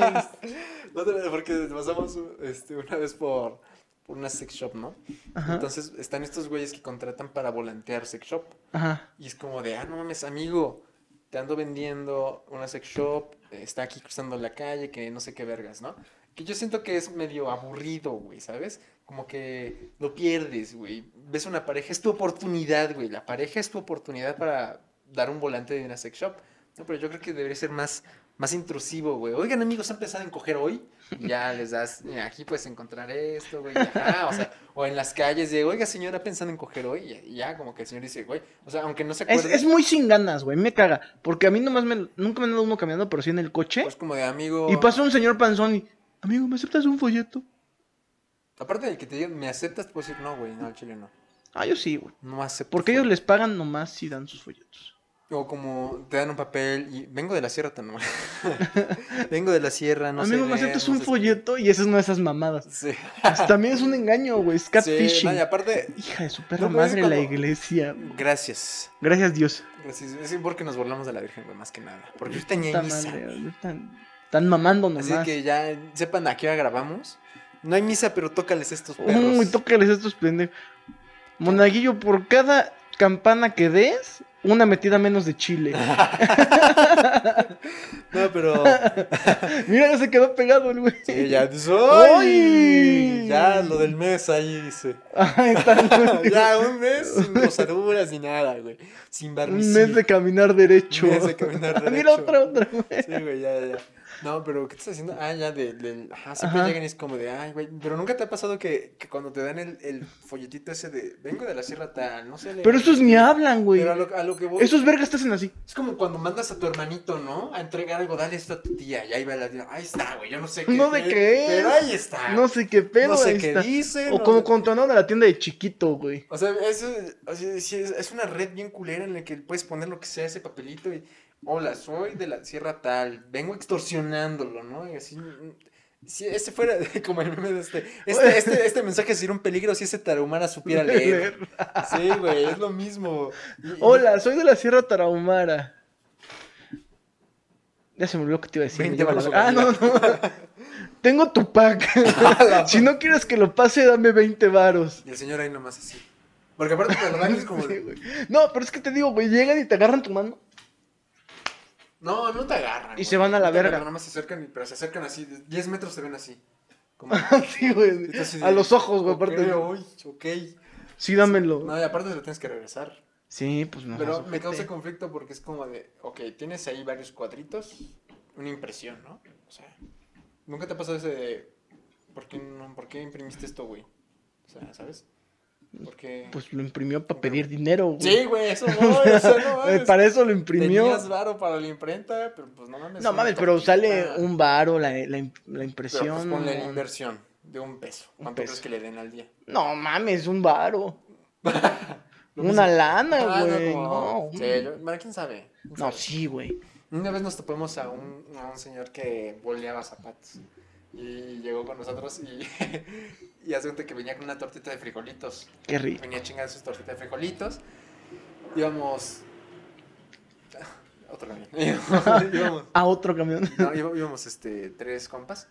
No te la- porque pasamos este, una vez por, por una sex shop, ¿no?
Ajá,
Entonces están estos güeyes que contratan para volantear sex shop.
ajá.
Y es como de, ah, no mames, amigo, te ando vendiendo una sex shop, eh, está aquí cruzando la calle, que no sé qué vergas, ¿no? Que yo siento que es medio aburrido, güey, ¿sabes? Como que lo pierdes, güey. Ves una pareja, es tu oportunidad, güey. La pareja es tu oportunidad para dar un volante de una sex shop. No, pero yo creo que debería ser más, más intrusivo, güey. Oigan, amigos, ¿han pensado en coger hoy? Y Ya les das, mira, aquí puedes encontrar esto, güey. y Ajá, o sea, o en las calles de, oiga, señora, ¿ha pensado en coger hoy? Y- Y ya, como que el señor dice, güey, o sea, aunque no se
Es,
acuerde,
es muy sin ganas, güey. Me caga. Porque a mí nomás me, nunca me han dado uno caminando, pero sí en el coche.
pues como de amigo.
¿eh? Y pasa un señor panzón y. Amigo, ¿me aceptas un folleto?
Aparte del que te digan, ¿me aceptas? Puedes decir, no, güey, no, al chile no.
Ah, yo sí, güey.
No acepto.
Porque ellos les pagan nomás si dan sus folletos.
O como te dan un papel y vengo de la sierra tan mal. (laughs) vengo de la sierra, no sé.
Amigo, ¿me
leer,
aceptas
no
este un
sé-
folleto? Y esa es una de
(laughs)
esas mamadas.
Sí.
También es un engaño, güey. Es
Sí,
catfishing.
no, y aparte,
Hija de su
No,
perra
pero es
madre, la
cuando-
iglesia.
gracias.
Gracias, Dios.
Gracias. Es porque nos burlamos de la Virgen, güey, más que nada. Porque yo tenía
Puta
misa.
madre, güey, están, están mamando nomás.
Así que ya sepan a qué hora grabamos. No hay misa, pero tócales estos perros.
Uy, tócales estos pendejos. Monaguillo, por cada campana que des, una metida menos de
(laughs)
chile.
no, pero.
(laughs) Mira, ya se quedó pegado el güey.
Sí,
(laughs)
ya. dices,
¡Ay!
¡Ay! Ya, lo del mes ahí dice.
Ay,
(laughs)
tan Ah, güey.
ya, un mes sin rosaduras ni nada, güey. Sin
Un
barniz.
mes de caminar derecho.
Un mes de caminar
(laughs) Mira,
derecho.
otra, otra, güey.
Sí, güey, ya, ya, ya. No, pero ¿qué estás haciendo? Ah, ya, del. del- Ajá, siempre
Ajá.
llegan y es como de, ay, güey. Pero nunca te ha pasado que, que cuando te dan el, el folletito ese de, vengo de la sierra tal, no sé. leer".
Pero estos ni hablan, güey.
Pero a lo, a lo que voy.
Esos vergas te hacen así.
Es como cuando mandas a tu hermanito, ¿no? A entregar algo, dale esto a tu tía. Y ahí va la tía. Ahí está, güey. Yo no sé qué.
(laughs) No sé
es,
qué
Pero
es.
ahí está.
No sé qué pedo.
Ah, No sé
ahí
qué
está.
dice,
O
no
como
sé-
cuando andaban a la tienda de chiquito, güey.
O sea, eso, o sea, sí es, es una red bien culera en la que puedes poner lo que sea ese papelito y. Hola, soy de la sierra tal. Vengo extorsionándolo, ¿no? Y así. mm, Si este fuera de- (laughs) como el meme de este. Este, este, este mensaje sería un peligro si ese tarahumara
(laughs)
supiera leer. Sí, güey, es lo mismo. Y-
Hola, soy de la Sierra Tarahumara. Ya se me olvidó que te iba a decir. me
20
lleva la
balas
verga. Ah, no, no.
(laughs)
Tengo tu
Ah,
pack. (laughs) si no quieres que lo pase, dame 20 varos.
Y el señor ahí nomás así. Porque aparte te lo dan y es como. de,
(laughs) Sí, güey. no, pero es que te digo, güey, llegan y te agarran tu mano. (laughs)
No, no te agarran.
Y se van a la
No te
verga.
agarran, Nada más se acercan, y- pero se acercan así. de 10 metros se ven así.
(laughs)
Como,
Sí, güey.
Entonces,
A los ojos, güey,
ok,
aparte.
uy, ok.
Sí, dámelo.
No, y aparte se lo tienes que regresar.
Sí, pues no.
pero
ojete.
me causa conflicto porque es como de, ok, tienes ahí varios cuadritos, una impresión, ¿no? O sea, nunca te ha pasado ese de, ¿por qué, no, ¿por qué imprimiste esto, güey? O sea, ¿sabes? Porque...
Pues lo imprimió para pedir dinero, güey.
sí, güey, eso no, o sea,
(laughs)
no
Eh,
mames.
para eso lo imprimió.
Tenías varo para la imprenta, pero pues no mames.
No
una
mames, pero
tortita.
sale un varo la, la, im-
Ah.
la
Pero,
impresión.
pues, ponle la
un-
inversión de un peso.
Un
¿Cuánto
peso.
crees que le den al día?
No mames,
(laughs)
un varo.
Lo
Una
mismo.
lana,
Ah,
güey.
como-
No,
Sí, yo- bueno, quién sabe. ¿Quién
No,
sabe?
sí, güey.
Una vez nos topamos a un, a un señor que boleaba zapatos. Y llegó con nosotros y, (laughs) y hace cuenta que venía con una tortita de frijolitos.
Qué rico.
Venía chingada sus tortitas de frijolitos. Íbamos. (laughs) Otro camión. (laughs) Íbamos.
A otro camión.
no, íbamos, íbamos, este, tres compas.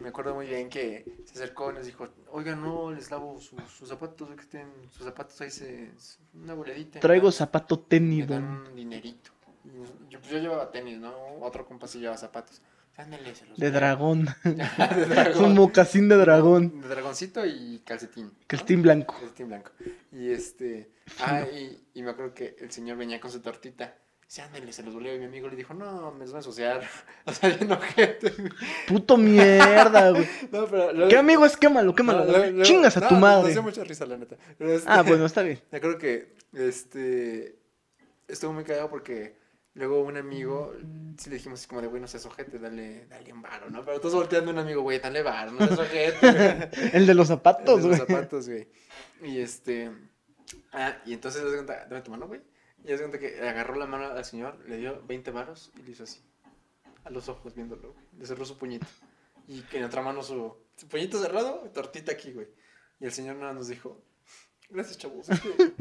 Me acuerdo muy bien que se acercó y nos dijo, oiga, no, les lavo sus, sus zapatos, ve que tienen sus zapatos ahí, se, una boledita.
(laughs) Traigo
zapatos.
zapato
Me
tenis,
dan
don.
un dinerito. Y nos- Yo, pues, yo llevaba tenis, ¿no? Otro compa sí llevaba zapatos. Ándale, se los
De
doy.
dragón.
(laughs) de
Un
dragón.
mocasín de dragón.
De dragoncito y calcetín. ¿no?
Calcetín blanco.
Calcetín blanco. Y este. Ah, y, y me acuerdo que el señor venía con su tortita. Dice, ándale, se los volvió. Y mi amigo le dijo, no, me los voy a asociar. (laughs) O sea, bien ojete.
Puto mierda, güey.
(laughs) No, pero. luego-
¿Qué amigo es? Quémalo,
No,
quémalo.
luego- luego-
Chingas a
no,
tu
Me
madre.
hacía mucha risa, la neta. Pero este-
Ah, bueno, está bien.
Me acuerdo que este estuvo muy cagado porque luego un amigo sí le dijimos así como de güey, no seas ojete, dale, dale un varo, ¿no? Pero estás volteando a un amigo, güey, dale varo, no seas ojete.
El de los zapatos,
De los
güey.
zapatos, güey. Y este ah, y entonces haz de cuenta, dame tu mano, güey. Y haz de cuenta que agarró la mano al señor, le dio 20 varos y le hizo así. A los ojos viéndolo, güey. Le cerró su puñito. Y que en otra mano su, su puñito cerrado, tortita aquí, güey. Y el señor nada nos dijo, gracias chavos. es que
(laughs)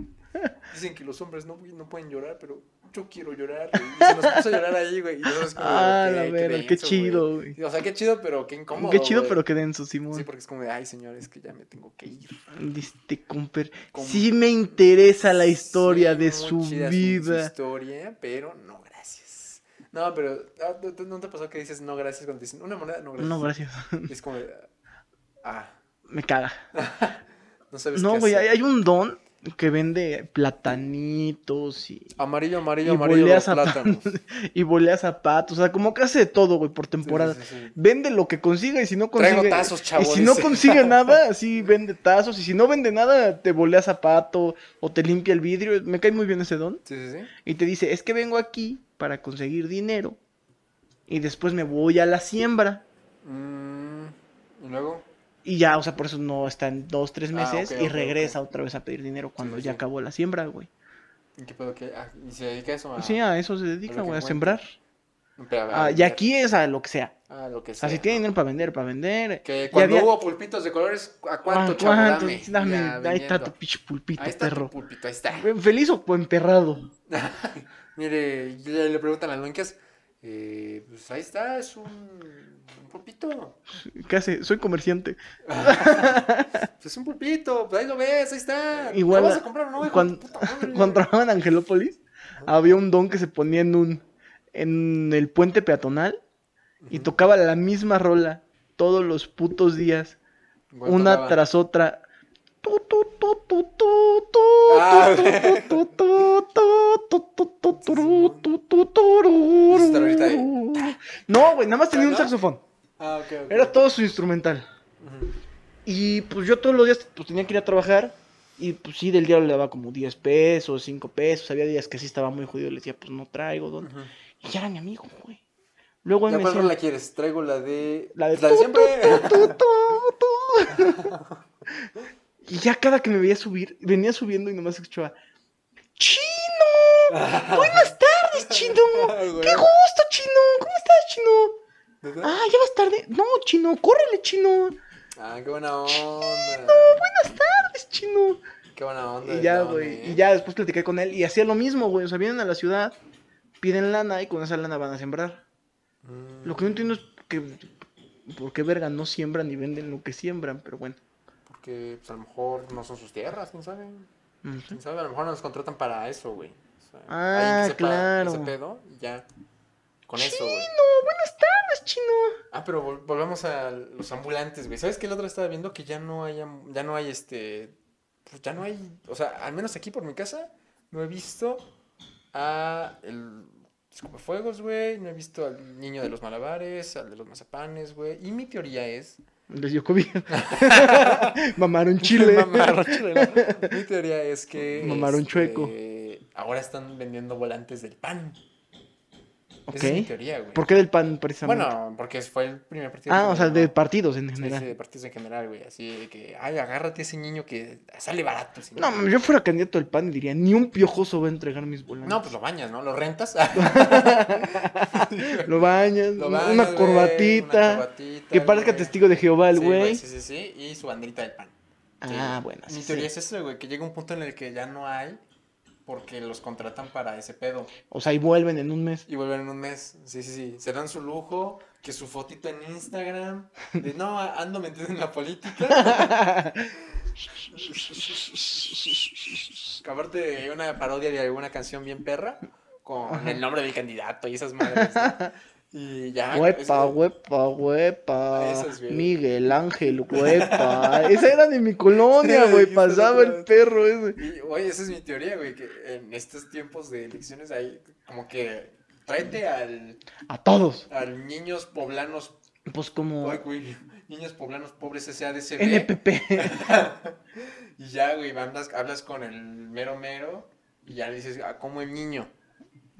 dicen que los hombres no, no pueden llorar, pero yo quiero llorar. güey". Y se nos puso a llorar ahí, güey. Y nosotros como,
Ah,
"Ok,
la verga, qué
denso, güey".
chido, güey.
O sea, qué chido, pero qué incómodo.
Qué chido,
güey.
pero qué denso,
Sí,
Simón.
porque es como de, ay, señor, es que ya me tengo que ir.
Diste comper.
Com-
Sí me interesa la historia
Sí,
de
muy
su
chida
vida.
historia, pero no gracias. No, pero ah, ¿tú- tú- ¿no te pasó que dices no gracias cuando te dicen una moneda? No gracias.
No, gracias. (laughs)
Es como de, ah,
Me caga.
no sabes qué
No, güey, hay,
hacer.
hay un don que vende platanitos y,
Amarillo, amarillo,
y
amarillo
volea
los
zapatos.
plátanos.
y volea zapatos. O sea, como que hace de todo, güey, por temporada.
Sí, sí, sí, sí.
Vende lo que consiga y si no
Traigo
consigue.
tazos, chavo,
Y si no
dice. (laughs)
consigue nada, sí vende tazos. Y si no vende nada, te volea zapato o te limpia el vidrio. Me cae muy bien ese don.
Sí, sí, sí.
Y te dice, es que vengo aquí para conseguir dinero. Y después me voy a la siembra.
Mm, y luego,
Y ya, o sea, por eso no está en dos, tres
Ah,
meses
ok,
y
ok,
regresa
ok.
otra vez a pedir dinero cuando
sí,
ya
sí.
acabó la siembra, güey.
¿y qué pedo que? ah, ¿Y se dedica a eso? A,
Sí, a eso se dedica,
que
güey, a
encuentre.
sembrar.
pero a- a
Ah, y
vender,
aquí es a lo que sea.
A lo que
O
sea.
sea, si tiene
¿no?
dinero para vender, para vender.
Que
Y
cuando
había-
hubo pulpitos de colores, ¿a cuánto,
Ah,
chavo?
¿cuánto?
Dame.
Dame,
Ya,
ahí está
vendiendo.
tu pinche pulpito,
Ahí está tu
perro.
pulpito, ahí está. (laughs)
¿Feliz o emperrado?
Mire, y le, le preguntan a las manquias, eh, pues ahí está, es un, un
(laughs)
pulpito.
¿Qué hace? Soy comerciante.
Pues es un pulpito, pues ahí lo ves, ahí está.
Igual
¿Lo vas
a-
a comprar o no, hijo
cuan-
de tu puta madre?
(laughs)
(laughs)
Cuando trabajaba en Angelópolis, había un don que se ponía en un. en el puente peatonal y
Ujú.
tocaba la misma rola todos los putos días,
Igual
una
tocaba.
tras otra. Tu, tu, tu, tu, tu, tu,
Ah,
tu, tu, tu, tu, tu, tu, tu, tu, tu, tu, tu,
Eso está eh. ahorita ahí.
tu, tu. No, güey, nada más tenía un
¿No?
saxofón.
Ah, ok, ok.
Era todo su instrumental.
Ujú.
Y pues yo todos los días pues, tenía que ir a trabajar. Y pues sí, del diablo le daba como 10 pesos, 5 pesos. Había días que sí estaba muy jodido. Le decía, pues no traigo, don.
Ujú.
Y ya era mi amigo, güey. Luego él
¿Ya
me
cuál
decía,
rola quieres? Traigo la de...
La de
la de
tu,
siempre.
tu, tu, tu. y ya cada que me veía subir, venía subiendo y nomás escuchaba, ¡Chino!
(laughs)
¡Buenas tardes, Chino!
(laughs) Ay, güey.
¡Qué gusto, Chino! ¿Cómo estás, Chino?
¿Verdad?
Ah, ya vas tarde. No, Chino, córrele, Chino.
Ah, qué buena onda.
Es Chino.
Qué buena onda.
Y
de
ya,
don,
güey.
¿eh?
Y ya después platiqué con él y hacía lo mismo, güey. O sea, vienen a la ciudad, piden lana y con esa lana van a sembrar.
Mm,
Lo que no entiendo es que. ¿Por qué verga no siembran y venden lo que siembran? Pero bueno.
Porque pues, a lo mejor no son sus tierras, quién sabe.
no sé.
¿Quién sabe? A lo mejor nos contratan para eso, güey. O sea, alguien
Ah,
que sepa
claro.
Ese pedo y ya. Con eso, güey.
buenas tardes, chino.
Ah, pero vol- volvamos a los ambulantes, güey. ¿Sabes qué? El otro estaba viendo que ya no hay, am- ya no hay este, pues ya no hay, o sea, al menos aquí por mi casa, no he visto a el escupafuegos, güey. No he visto al niño de los malabares, al de los mazapanes, güey. Y mi teoría es
Les dio
(laughs)
COVID. (laughs) Mamaron chile.
Mamaron chile, ¿no? Mi teoría es que. este,
Mamaron chueco.
Ahora están vendiendo volantes del pan. Esa es mi
ok.
teoría, güey.
¿Por qué del pan, precisamente?
Bueno, porque fue el primer partido.
ah, o sea, de
partidos
partidos en general.
de partidos en general, güey. Así de que, ay, agárrate a ese niño que sale barato. si
No, mames, yo fuera candidato del pan y diría, ni un piojoso va a entregar mis volantes.
No, pues lo bañas, ¿no? Lo
(laughs)
rentas. (laughs)
lo bañas,
pues, Lo
una-
bañas,
una
güey,
corbatita.
una corbatita,
que parezca
güey.
testigo de Jehová el
Sí,
güey.
Sí, sí, sí. Y su banderita del pan. Sí,
Ah,
güey.
bueno, sí,
Mi
sí.
teoría es eso, güey, que llega un punto en el que ya no hay porque los contratan para ese pedo.
O sea, y vuelven en un mes.
Y vuelven en un mes. Sí, sí, sí. Se dan su lujo, que su fotito en Instagram, de no, ando metido en la política. Acabarte una parodia de alguna canción bien perra con el nombre del candidato y esas madres. ¿no?
(laughs)
Y ya. Ah, es
Huepa,
como-
huepa, huepa.
Esa es, güey.
Miguel Ángel, huepa. Esa era de mi colonia, güey.
Esa es
Pasaba
otra
el
vez.
perro ese.
Y, güey, esa es mi teoría, güey, que en estos tiempos de elecciones hay como que tráete al,
A todos.
al niños poblanos,
Pues como
ay, güey, niños poblanos pobres SADCB.
(laughs)
Ah,
NPP.
(laughs) y ya, güey, hablas, hablas con el mero mero y ya le dices, a como el niño,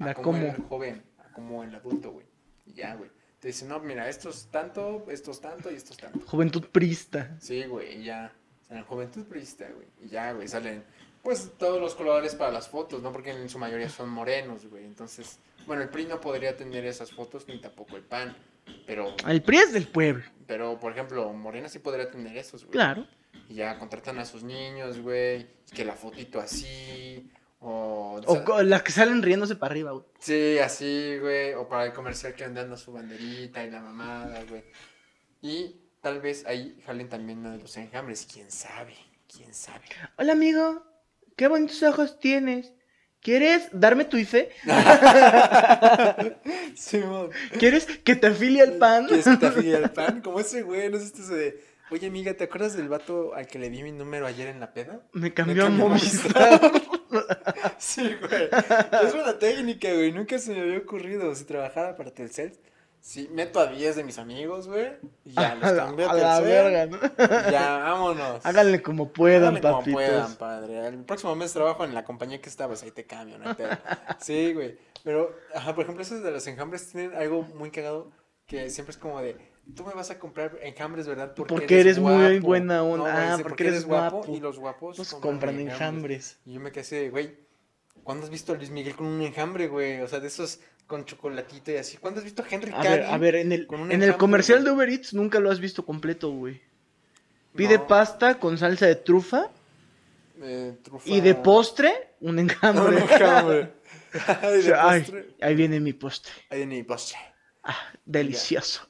a
La
como el
como.
joven, a como el adulto, güey. Y ya, güey. Te dicen, no, mira, estos tanto, estos tanto y estos tanto.
Juventud prista.
Sí, güey, y ya. O sea, juventud priista, güey. Y ya, güey, salen pues todos los colores para las fotos, ¿no? Porque en su mayoría son morenos, güey. Entonces, bueno, el PRI no podría tener esas fotos ni tampoco el PAN. Pero,
El PRI es del pueblo,
pero por ejemplo, Morena sí podría tener esos, güey.
claro.
Y ya contratan a sus niños, güey. Que la fotito así. O,
O co- las que salen riéndose para arriba, güey.
Sí, así, güey. O para el comercial que andan dando su banderita y la mamada, güey. Y tal vez ahí jalen también lo de los enjambres. ¿Quién sabe? ¿Quién
(laughs)
sabe?
Hola, amigo. Qué bonitos ojos tienes. ¿Quieres darme tu IFE?
Simón.
¿Quieres que te afilie al pan?
¿Quieres que te afilie al pan? Como ese güey, no sé, este se de... Oye, amiga, ¿te acuerdas del vato al que le di mi número ayer en la peda?
(laughs) Me cambió a
cambió a
Movistar. (laughs)
Sí, güey. Es buena técnica, güey. Nunca se me había ocurrido. Si trabajara para Telcel, sí, meto a 10 de mis amigos, güey. Y ya, los
(laughs) A la,
cambio a,
a la
Telcel.
verga, ¿no?
y Ya, vámonos.
Háganle como puedan,
Háganle como
papitos.
puedan, padre. El próximo mes trabajo en la compañía que estabas, ahí te cambio, no hay pedo. Sí, güey. Pero, ajá, por ejemplo, esos de los enjambres tienen algo muy cagado que siempre es como de, tú me vas a comprar enjambres, ¿verdad?
Porque eres muy
guapo".
buena
No,
onda.
güey,
Ah,
dice,
porque eres guapo.
Y los guapos
Nos Pues compran enjambres.
Y yo me quedé así de, güey, ¿cuándo has visto a Luis Miguel con un enjambre, güey? O sea, de esos con chocolatito y así. ¿Cuándo has visto a Henry
A ver,
Cavill?
a ver, en el,
con un
en el
enjambre,
comercial de
güey.
Uber Eats nunca lo has visto completo, güey. Pide
No,
pasta con salsa de trufa
eh, trufa-
y de postre
(laughs)
un
No,
enjambre.
no,
(laughs)
enjambre. Ay, de
Ay,
postre.
ahí viene mi postre.
Ahí en el postre.
Ah, delicioso.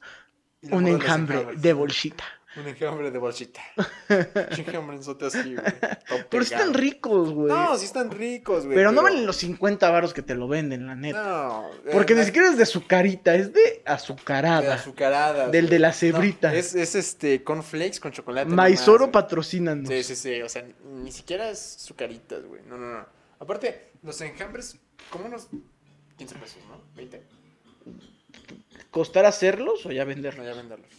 Y le
Un
ponen los
enjambre
enjambres.
de bolsita.
Un enjambre de
(laughs)
bolsita. Un enjambre así, güey. Todo
Pero
pegado.
están ricos, güey.
No, sí están ricos, güey.
pero no valen los 50 varos que te lo venden, la neta.
No. eh,
Porque ni
la-
siquiera es de azucarita, es de
de
azucarada.
azucarada.
Del de la cebrita.
cebrita es, es este, con flakes con chocolate.
Maizoro
nomás,
patrocínanos.
güey. Sí, sí, sí. O sea, ni siquiera es azucaritas, güey. No, no, no. Aparte, los enjambres, como unos 15 pesos, ¿no? 20.
¿Costar hacerlos o ya
No,
venderlos?
ya venderlos.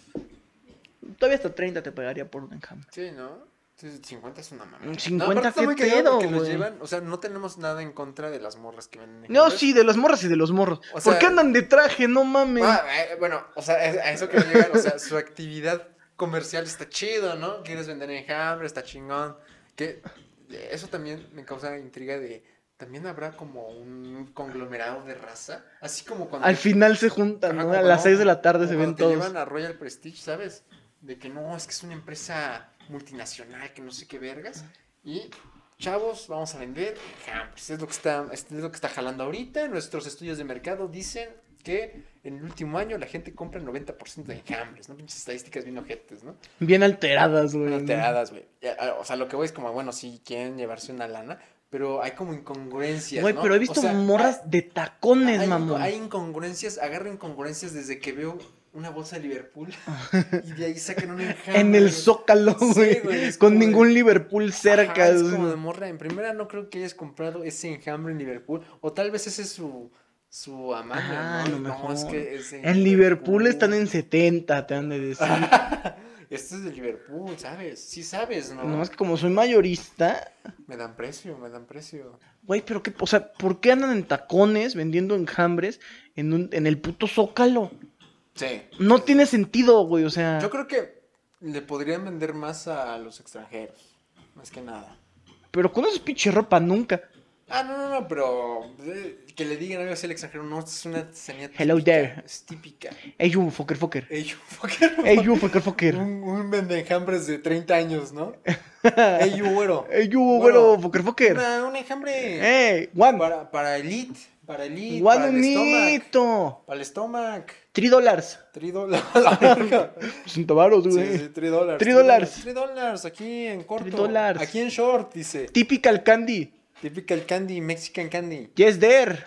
Todavía hasta 30 te pagaría por un enjambre.
Sí, ¿no? Sí, 50 es una mamá.
Mm, 50,
está
¿qué
muy cagado porque
pedo,
los
güey?
llevan, o sea, no tenemos nada en contra de las morras que venden
No,
enjambres.
sí, de las morras y de los morros.
O
¿Por
sea-
qué andan de traje? No mames.
Ah, eh, bueno, o sea, es- a eso que llegan, o sea, su actividad comercial está chido, ¿no? Quieres vender enjambre, está chingón. Que eh, eso también me causa intriga de también habrá como un conglomerado de raza, así como cuando
Al final se
Ajá,
juntan, ¿no?
como
A las
cuando-
6 de la tarde
como
se
cuando
ven
te
todos.
llevan a Royal Prestige, ¿sabes? De que no, es que es una empresa multinacional, que no sé qué vergas. Y chavos, vamos a vender enjambres. Es lo que está, es lo que está jalando ahorita. Nuestros estudios de mercado dicen que en el último año la gente compra el 90% de enjambres, ¿no? Pinches estadísticas bien ojetes, ¿no?
Bien alteradas, güey. ¿no?
Alteradas, güey. Ya, ah, O sea, lo que voy es como, bueno, sí quieren llevarse una lana, pero hay como incongruencias,
Güey,
¿no?
pero he
O
visto
sea,
morras de tacones,
hay,
mamón.
hay incongruencias, agarro incongruencias desde que veo una bolsa de Liverpool y de ahí sacan un enjambre.
(laughs) En el zócalo,
Sí,
güey.
güey, es
con
como de-
ningún Liverpool cerca.
Ajá, es
güey.
como de morra. En primera no creo que hayas comprado ese enjambre en Liverpool. O tal vez ese es su, su amante.
Ah, a
¿no?
lo mejor.
es
En Liverpool están en 70, te han de decir.
Ah, Este es de Liverpool, ¿sabes? Sí sabes, ¿no?
Nomás que como soy mayorista,
Me dan precio, me dan precio.
güey, pero qué, o sea, ¿por qué andan en tacones vendiendo enjambres en, un, en el puto zócalo?
Sí.
No tiene sentido, güey, o sea.
Yo creo que le podrían vender más a los extranjeros. Más que nada.
Pero con esa pinche ropa nunca.
Ah, no, no, no, pero eh, que le digan algo así al extranjero, no, es una artesanía
Hello
típica,
there.
Es típica.
Ey, you,
(laughs)
fucker, fucker.
Ey, you fucker. (laughs)
Ey, you, fucker, fucker.
Un, un vendenjambres de 30 años, ¿no? Ey, you güero.
(laughs) Ey, you,
Bueno,
güero, Eh. fucker, fucker.
Una- un enjambre
Ey, one.
para, para elite, Para el hit, para el estómago.
¡Guanonito!
Para el estómago.
Three dollars.
Tri dólares. (laughs)
(laughs)
la verga.
Son varos,
Sí,
güey.
sí, tri dólares.
eh. Tri dólares.
Tri dólares, aquí en corto.
Tri dólares.
Aquí en short, dice.
Typical candy.
Typical candy, Mexican candy. (laughs)
Yes, there.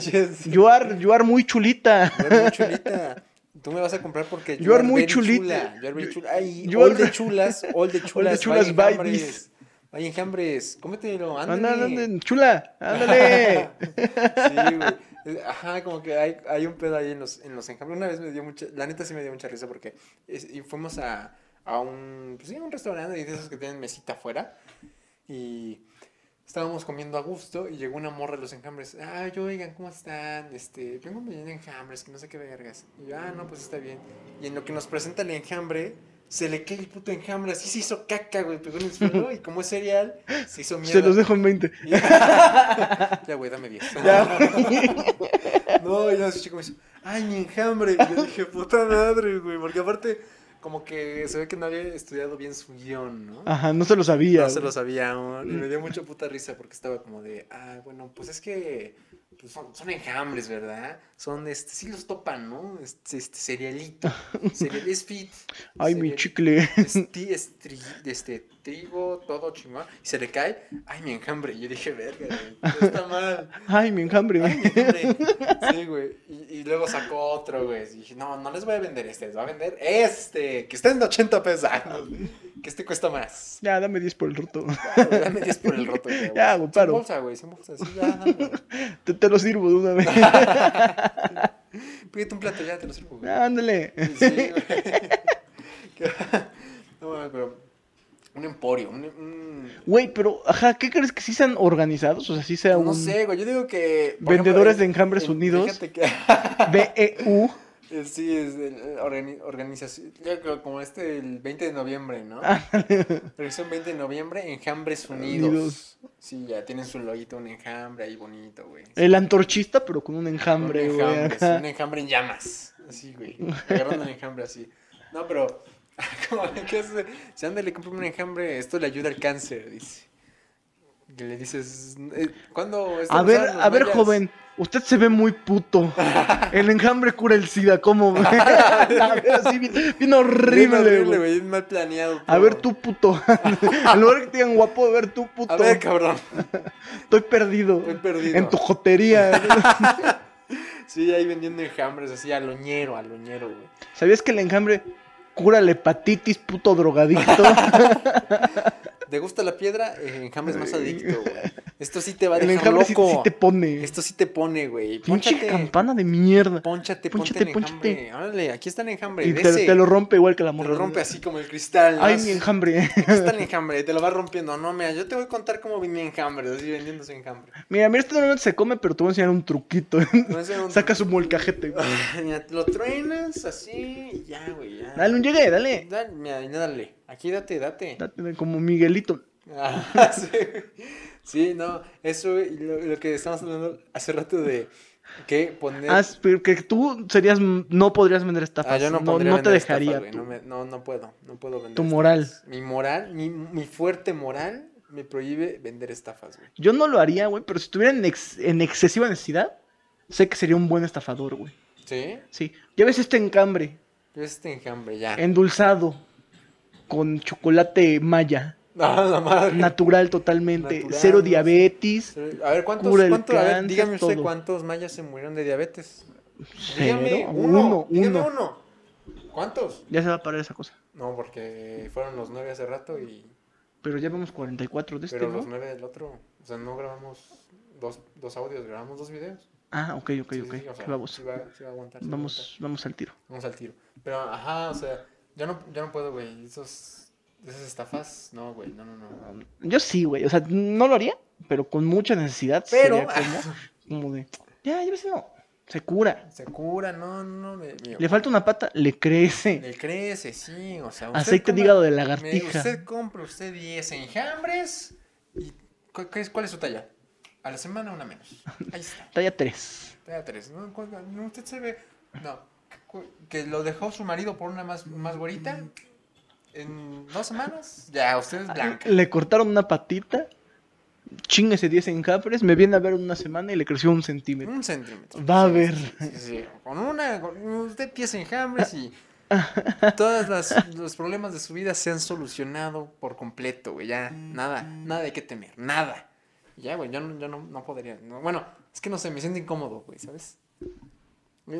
yes.
You are, you are muy chulita.
Yo era muy chulita. Tú me vas a comprar porque
You are muy
very
chulita.
Chula. Yo era muy chula. Ay,
You
all
are-
de chulas,
(laughs)
all de chulas.
chulas,
vaya
buy
enjambres.
this.
Vaya enjambres. Cómetelo, ándale.
Anda, anda, chula.
(laughs)
Ándale.
Sí, güey. Ajá, como que hay, hay un pedo ahí en los, en los enjambres. Una vez me dio mucha, la neta sí me dio mucha risa porque es- y fuimos a, a un, pues sí, a un restaurante y de esos que tienen mesita afuera y estábamos comiendo a gusto y llegó una morra de los enjambres. Ah, yo, oigan, ¿cómo están? Este, vengo vendiendo enjambres, que no sé qué vergas. Y yo, ah, no, pues está bien. Y en lo que nos presenta el enjambre... Se le cae el puto enjambre, así se hizo caca, güey, pegó en el suelo y como es cereal, se hizo mierda.
Se los dejo en 20.
Y- (laughs) ya, güey, dame 10. (laughs) no, y la chico me dice, ay, mi enjambre. Y yo dije, puta madre, güey, porque aparte, como que se ve que no había estudiado bien su guión, ¿no?
Ajá, no se lo sabía.
No se
Ah, güey. Mm.
lo sabía aún. Y me dio mucha puta risa porque estaba como de, ah, bueno, pues es que pues son, son enjambres, ¿verdad? Son, este, sí los topan, ¿no? Este, este
(laughs)
cerealito. Cereal es fit.
Ay, mi
Cereal-
(laughs) chicle.
es ti- es tri- este, trigo, todo chingón. Y se le cae. Ay, mi enjambre. Yo dije, verga, güey, esto está mal.
Ay, mi enjambre.
Ay,
güey.
mi enjambre. Sí, güey. Y, y luego sacó otro, güey. Y dije, no, no les voy a vender este, les voy a vender este, que está en 80 pesos. Que este cuesta más.
(laughs) Ya, dame 10 por el roto. (laughs)
Ya, güey, Dame 10 por el roto. Ya, güey.
Ya, güey, paro.
Sin bolsa, güey, sin bolsa. Sí, ya, dame.
Te, te lo sirvo de una vez. (laughs)
Pídete un plato, ya te lo sirvo, güey.
Ya, Ándale.
Sí, güey. (laughs) Que- No, mames, pero un emporio, un- un,
Güey, pero, ajá, ¿qué crees que sí sean organizados? O sea, sí sea un.
No
(laughs)
sé, güey. Yo digo que. por
Vendedores
ejemplo,
de enjambres
en-
unidos.
Fíjate que.
BEU.
eh, sí, es eh, organi- organización. yo creo Como este, el 20 de noviembre, ¿no? Organización 20 de noviembre, enjambres unidos.
Unidos.
Sí, ya tienen su loguito, un enjambre ahí bonito, güey.
El antorchista, pero con un
Un
enjambre, güey.
enjambre, sí,
ajá.
un enjambre en llamas. Así, güey. Agarrando un enjambre así. No, pero. (laughs) Como de que es, si anda le compra un enjambre, esto le ayuda al cáncer, dice. Que le dices, eh, ¿cuándo? esto
A
lo
ver,
usaban los
a ver,
mayas?
joven. Usted se ve muy
(laughs)
puto. El enjambre cura el SIDA, ¿cómo? (laughs) güey? La ver, así bien, bien
Bien
horrible, güey.
bien mal planeado.
A ver,
todo.
tú puto. (laughs) En lugar que te digan guapo, a ver, tú puto.
A ver, cabrón.
Estoy perdido.
Estoy perdido.
En tu jotería.
(laughs) Sí, ahí vendiendo enjambres así, al oñero, al oñero, güey.
¿Sabías que el enjambre cura la hepatitis,
(laughs)
puto drogadicto?
¿Te gusta la piedra? El enjambre es más adicto, güey. Esto sí te va a
El
dejar
enjambre sí,
loco.
sí te pone.
Esto sí te pone, güey.
Pinche
Pónchate.
campana de mierda.
Pónchate,
Pónchate,
ponte el
pónchate.
enjambre. Órale, aquí está el enjambre.
Y
de
te,
ese.
te lo rompe igual que la
Te
morra.
lo rompe así como el cristal. ¿no?
Ay, mi enjambre. (laughs)
Aquí está el enjambre. y Te lo va rompiendo. No, mira, yo te voy a contar cómo vi mi enjambre. Así vendiendo su enjambre.
Mira, mira, este normalmente se come, pero te voy a enseñar un truquito.
(laughs) No es un-
Saca su molcajete. güey.
(laughs) Mira, te lo truenas así y ya, güey. Ya.
Dale un llegue, dale.
Dale, mira, y dale. Aquí date, date.
Date Como Miguelito.
Ah, (laughs) sí. Sí, no, eso y lo, lo que estábamos hablando hace rato de que poner...
Ah, pero que tú serías, no podrías vender estafas.
Ah, yo no,
no,
pondría
no te
vender estafa,
dejaría.
güey,
tú.
no, me- no, no puedo, no puedo vender
Tu
estafas.
moral.
Mi moral, mi, mi fuerte moral me prohíbe vender estafas, güey.
Yo no lo haría, güey, pero si estuviera en, ex- en excesiva necesidad, sé que sería un buen estafador, güey.
¿Sí?
Sí. Ya ves este encambre,
Yo este enjambre ya. (laughs)
endulzado, con chocolate maya,
No, Ah, la madre.
natural totalmente,
Natural,
cero
sí.
diabetes.
A ver, ¿cuántos,
Cura el
cuántos- a ver,
cáncer,
dígame usted
todo.
cuántos mayas se murieron de diabetes?
Cero,
Dígame
uno,
uno, dígame
uno.
uno. ¿Cuántos?
Ya se va a parar esa cosa.
No, porque fueron los nueve hace rato y...
Pero ya vemos 44 de este,
Pero
¿no?
los nueve del otro. O sea, no grabamos dos, dos audios, grabamos dos videos.
Ah, ok, ok,
Sí, sí,
ok.
sí, o sea,
Qué babosa.
sí va, sí va a aguantar. sí va a
Vamos, vamos al tiro.
aguantar. Vamos al tiro. Pero, ajá, o sea, yo no, yo no puedo, güey. Esos, esas estafas, no, güey, no, no, no.
Yo sí, güey. O sea, no lo haría, pero con mucha necesidad.
Pero-
sería
(laughs)
como, como de, ya, lléveselo. Se cura.
Se cura, no, no, no. Me, me-
Le falta una pata, le crece.
le crece, sí, o sea. usted
Aceite de
compra-
hígado de
me-
lagartija.
usted compra usted 10 enjambres y ¿cu- qué es- ¿cuál es su talla? A la semana una menos. Ahí está.
Talla 3.
Talla 3. No, cu- no, usted se ve. No. cu- Que lo dejó su marido por una más, más güerita. En dos semanas. Ya, usted es blanca.
Le cortaron una patita. chingase 10 enjafres, me viene a ver en una semana y le creció un centímetro.
Un centímetro.
Va a ver.
Sí, sí, Con una, con- usted pies enjambres y todos los problemas de su vida se han solucionado por completo, güey. Ya, nada, nada hay que temer, nada. Y Ya, güey, yo no, yo no, no podría. no, bueno, es que no sé, me siento incómodo, güey, ¿sabes?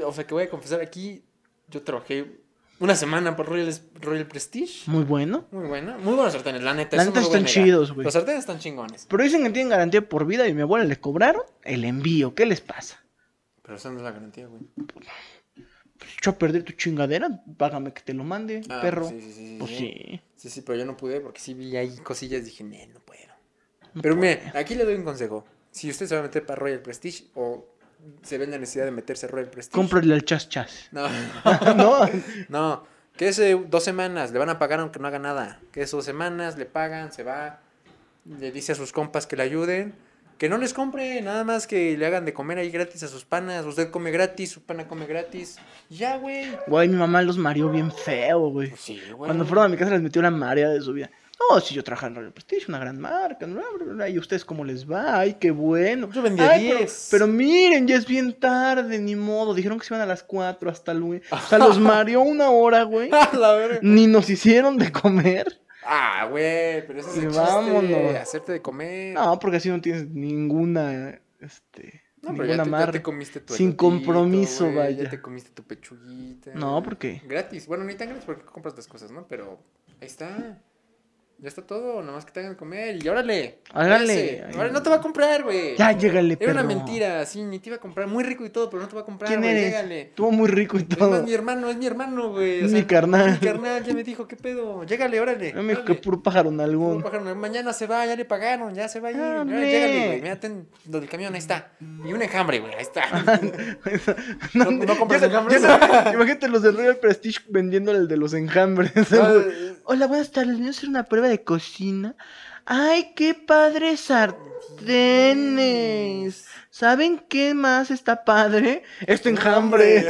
O sea, que voy a confesar aquí, yo trabajé una semana por Royal, Royal Prestige.
Muy bueno.
Muy buena, muy buenos sartenes, la neta.
La
eso
neta
no lo voy a
están
negar.
chidos, güey.
Los sartenes están chingones.
Pero dicen que tienen garantía por vida y mi abuela le cobraron el envío. ¿Qué les pasa?
Pero esa no es la garantía, güey.
Pues echo a perder tu chingadera, págame que te lo mande,
Ah,
perro.
Sí, sí, sí.
Pues sí.
Sí, sí, pero yo no pude porque sí vi ahí cosillas y dije, "Nee, no puedo. pero mire, aquí le doy un consejo. Si usted se va a meter para Royal Prestige o se ve en la necesidad de meterse a Royal Prestige.
Cómprale al chas chas.
(laughs) No,
(laughs) no,
no. Que es dos semanas, le van a pagar aunque no haga nada. Que es dos semanas, le pagan, se va, le dice a sus compas que le ayuden. Que no les compre, nada más que le hagan de comer ahí gratis a sus panas. Usted come gratis, su pana come gratis. Ya, güey.
güey, mi mamá los mareó bien feo, güey.
Pues sí, güey.
Cuando
(laughs)
fueron a mi casa les metió una marea de su vida. No, si yo trabajaba en Radio Prestige, una gran marca, bla, bla, bla, y ustedes cómo les va, ay, qué bueno.
Yo vendía
Ay, pero-
10.
Pero, miren, ya es bien tarde, ni modo. Dijeron que se iban a las 4 hasta lunes. O sea, los mareó una
(laughs)
hora, güey.
A la verga.
Ni nos hicieron de comer.
Ah, güey, pero eso es
Sí,
el chiste,
vámonos.
Hacerte de comer.
No, porque así no tienes ninguna, este,
No, pero ya
ninguna
te, ya
marca.
te comiste tu
Sin
elotito,
compromiso,
güey,
vaya.
Ya te comiste tu pechuguita.
No, ¿por qué?
Gratis. Bueno, ni tan gratis porque compras las cosas, ¿no? Pero ahí está. Ya está todo, nada más que te hagan de comer y órale.
Órale.
váyase. Órale, no te va a comprar, güey.
Ya, llégale,
Era
perro.
una mentira, sí, ni te iba a comprar. Muy rico y todo, pero no te va a comprar,
¿Quién
güey,
eres?
llégale.
Estuvo muy rico y
Es más,
todo.
mi hermano, es mi hermano, güey. o
Mi carnal.
Mi carnal, ya me dijo, ¿qué pedo? Llégale, órale.
No me dijo que
órale.
puro pájaro en
Puro
algún.
pájaro, Mañana se va, ya le pagaron, ya se va a ir.
Ah,
Ya,
hombre.
llégale, güey. Mira, ten lo del camión, ahí está. Y un enjambre, güey, ahí
(laughs)
está.
Ah,
No- no compras
Llega-
enjambres.
llega- imagínate los de Royal Prestige vendiéndole el de los enjambres. (laughs)
No, eh.
Hola, buenas tardes. Venimos a hacer una prueba de cocina. ¡Ay, qué padres sartenes! ¿Saben qué más está padre? Este enjambre.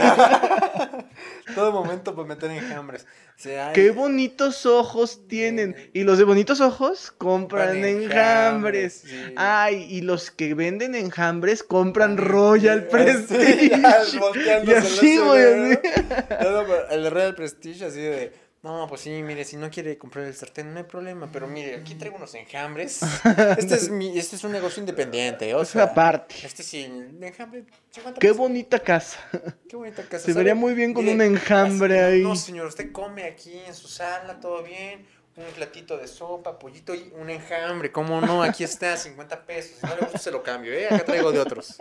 (laughs)
Todo momento para meter enjambres. O sea, ay,
¡Qué bonitos ojos tienen! Y los de bonitos ojos
compran
compran enjambres. Ah,
sí.
Ay, y los que venden enjambres compran
Sí,
Royal
(laughs)
Prestige.
ya, volteándose
Y así,
el
güey.
cerebro.
así.
No, no, pero El Real Prestige, así de. No, pues sí, mire, si no quiere comprar el sartén, no hay problema. Pero mire, aquí traigo unos enjambres. Este es, mi, este es un negocio independiente, o
O sea,
sea.
aparte.
Este sí, enjambre. 50
Qué
pesos.
bonita casa.
Qué bonita casa.
Se vería muy bien con un enjambre
así,
ahí.
No, señor, usted come aquí en su sala, todo bien. Un platito de sopa, pollito y un enjambre. ¿Cómo no? Aquí está, 50 pesos. Si no le gusta, se lo cambio, ¿eh? Acá traigo de otros.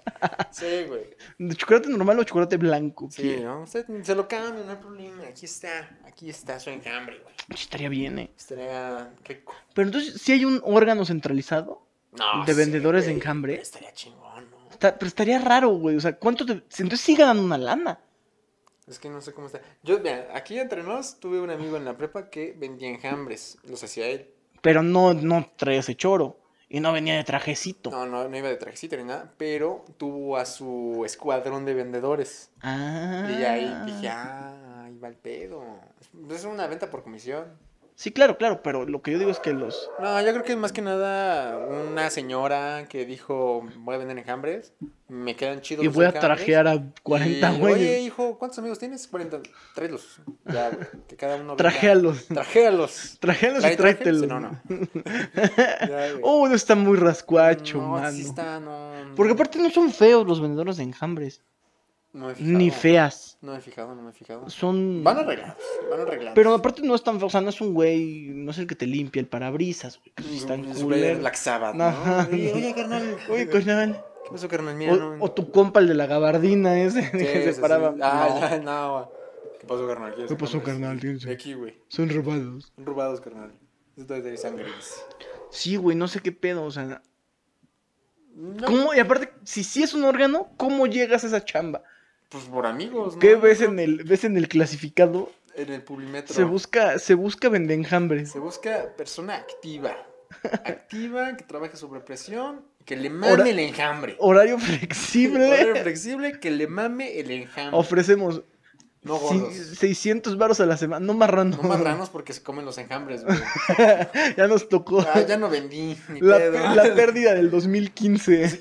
Sí, güey.
¿De chocolate normal o chocolate blanco?
Sí,
¿Qué?
¿no? Usted se lo cambio, no hay problema. Aquí está, aquí está su enjambre, güey.
Estaría bien, ¿eh?
Estaría rico.
Pero entonces, si hay un órgano centralizado,
No,
¿De vendedores de
güey,
enjambre?
pero Estaría chingón, ¿no?
Está- pero estaría raro, güey. O sea, ¿cuánto te... si Entonces sí ganan una lana.
Es que no sé cómo está. Yo, mira, aquí entre nos tuve un amigo en la prepa que vendía enjambres. Los hacía él.
Pero no, no traía ese choro. Y no venía de trajecito.
No, no, no iba de trajecito ni nada, pero tuvo a su escuadrón de vendedores.
Ah.
Y ahí dije, ah, ahí va el pedo. Es una venta por comisión.
Sí, claro, claro. Pero lo que yo digo es que los.
No, yo creo que más que nada una señora que dijo, voy a vender enjambres, me quedan chidos
Y
los
voy a
enjambres".
trajear a 40
Y, Oye,
güeyes.
hijo, ¿cuántos amigos tienes? 40. Tráelos. Ya, güey, que cada uno venda.
Trajealos.
Trajealos.
Trajealos
¿Trae
y
traje?
tráetelos.
Sí, no, no.
(laughs)
Ya, güey.
oh, no está muy rascuacho,
no,
mano.
sí está, no.
Porque aparte no son feos los vendedores de enjambres.
no me he
Ni
fijado.
feas.
No me he fijado, no me he fijado.
Son.
Van arreglados, van arreglados.
Pero aparte no es tan feo, o sea, no es un güey, no es el que te limpia el parabrisas, güey. que sí
Es
está en
un
culero.
Black Sabbath, ¿no?
Ajá.
Oye, oye, carnal.
Oye, carnal.
¿Qué pasó, carnal? Mira,
O,
no.
o tu compa, el de la gabardina ese,
Sí,
(laughs) que
sí,
se
sí.
paraba.
Ah,
No.
ya, Pues, no. güey. ¿Qué pasó, carnal?
¿Qué pasó, carnal? Tienes-
De aquí, güey.
Son robados.
Son robados, carnal. Esto es de sangre. dice.
Sí, güey, no sé qué pedo, o sea.
No,
¿Cómo? Y aparte, si sí es un órgano, ¿cómo llegas a esa chamba?
pues por amigos, ¿no?
¿Qué ves en el, ves en el clasificado?
En el Publimetro.
Se busca, se busca vendenjambres.
Se busca persona
(laughs)
activa. Activa, que trabaje sobre presión, que le mame
Hora-
el enjambre.
Horario
Horario
flexible.
flexible, que le mame el enjambre.
Ofrecemos
No
Sí,
gordos.
600 varos a la semana. No marrano.
No marranos porque se comen los enjambres,
(laughs)
güey.
ya nos tocó.
Ah, ya no vendí, ni
(laughs) la,
pedo. (laughs)
la pérdida del 2015.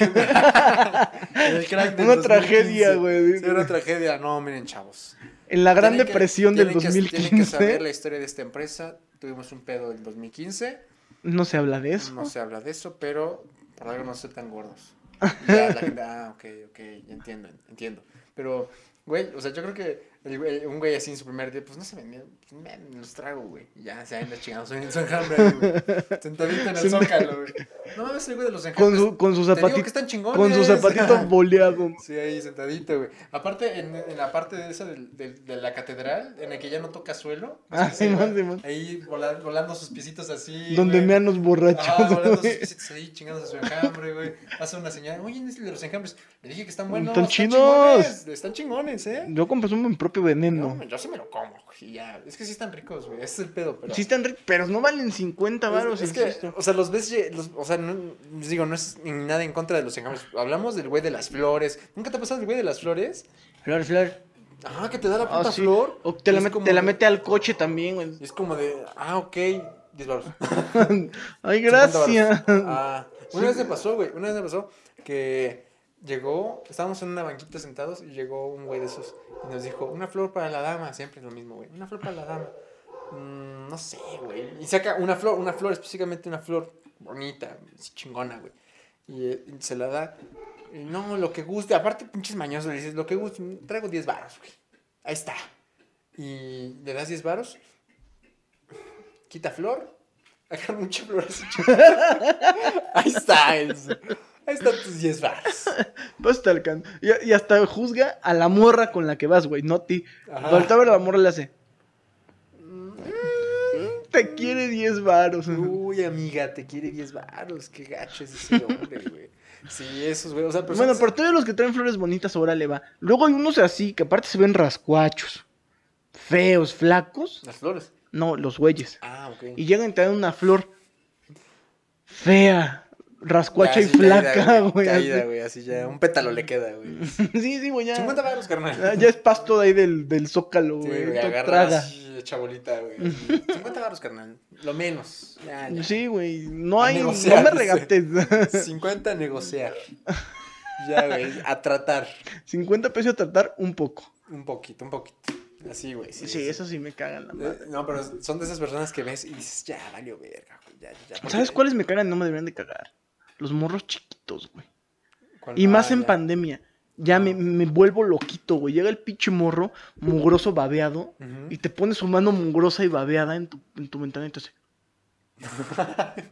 El crack del
Una
2015.
tragedia, güey.
Sí, una tragedia. No, miren, chavos.
En la Gran
Tienen que-
Depresión del
tienen que- Tienen que saber
2015.
la historia de esta empresa. Tuvimos un pedo en 2015.
No se habla de eso.
No se habla de eso, pero por algo no son tan
(laughs)
gordos. Y ya la gente, ah, ok, ok, ya entiendo, entiendo. Pero, güey, o sea, yo creo que el güey- un güey así en su primer día, pues no se vendía, pues, me me los trago, güey. Y Ya se anda chingando su su enjambre,
(laughs)
güey. Sentadito en el
Sí, me-
zócalo, güey. No mames, el güey de los
Con
enjambres.
su, con su
te digo que
zapatito.
están chingones.
Con su
(laughs)
zapatito boleado.
Sí, ahí sentadito, güey. Aparte, en, en la parte de esa del- del- de, la catedral, en la que ya no toca suelo.
Ah,
así,
Simón,
güey,
Simón.
Ahí vola- volando sus piecitos así.
Donde
güey.
mean los
Ah,
borrachos.
volando sus
güey.
piecitos ahí, chingándose su enjambre, güey. Hace una señal. Oye, es el de los enjambres. Le dije que están buenos.
Están
chingones,
chidos.
Están chingones, ¿eh?
Yo compré un propio
No,
veneno.
yo sí me lo como, güey. y Ya. Es que sí están ricos, güey. Ese es el pedo, pero.
Sí están ricos, pero no valen 50 varos,
Es, es que,
insisto.
o sea, los ves, lle- los- o sea, no, les digo, no es ni nada en contra de los enjambres. Hablamos del güey de las flores. ¿Nunca te ha pasado el güey de las flores?
Flor, flor.
Ajá, que te da la
Ah,
puta
sí.
flor.
O te la,
Es
met-
como
te la
de-
mete al coche también, güey.
Es como de, ah, ok, 10 baros.
Ay, gracias.
Ah, una vez me pasó, güey, una vez me pasó que llegó, estábamos en una banquita sentados y llegó un güey de esos y nos dijo, una flor para la dama, siempre es lo mismo, güey, una flor para la dama. Mm, no sé, güey. Y saca una flor, una flor, específicamente una flor bonita, así chingona, güey. Y, eh, y se la da. Y no, lo que guste. Aparte, pinches mañosos, le dices, lo que guste, mm, traigo 10 baros, güey. Ahí está. Y le das 10 baros. Quita flor. (laughs) Agarra mucha flor así chingona. Ahí está. eso. Ahí están tus 10 baros.
Pues te alcanza. Y, y hasta juzga a la morra con la que vas, güey, no a ti.
Ajá. Mm.
Voltea a ver a la morra y le hace. Te quiere 10 varos.
Uy, amiga, te quiere 10 baros. Qué gacho es ese hombre, güey. Sí, esos, güey. O sea,
bueno,
personas-
pero todos los que traen flores bonitas, ahora le va. Luego hay unos así que aparte se ven rascuachos, feos, flacos.
Las flores.
No, los güeyes.
Ah, ok.
Y llegan y te dan una flor fea, rascuacha
Ya,
y
sí, caída,
flaca, güey.
Caída,
así.
güey, así ya. Un pétalo le queda, güey.
(laughs) Sí, sí, güey, ya.
50 baros, carnal.
Ah, Ya es pasto de ahí del, del zócalo,
Sí,
güey.
güey,
to-
agarra
traga.
así, hecha bolita, güey. 50 baros, carnal. Lo menos. Ya, ya.
Sí, güey. No
A
hay. No
negociar,
me
dice. (laughs)
regates.
50 a negociar. Ya, güey. A tratar.
50 pesos a tratar un poco.
Un poquito, un poquito. Así, güey.
Sí, eso sí me cagan la madre.
Eh, No, pero son de esas personas que ves y dices, ya, valió verga, güey. Ya, ya, ya. Porque-
¿Sabes cuáles me cagan? No me deberían de cagar. Los morros chiquitos, güey.
cuando-
Y más
ah,
en
ya. Ah.
pandemia. Ya me, me vuelvo loquito, güey. Llega el pinche morro, mugroso, babeado.
Ujú.
Y te pone su mano mugrosa y babeada en tu, en tu ventana. Entonces,
(laughs)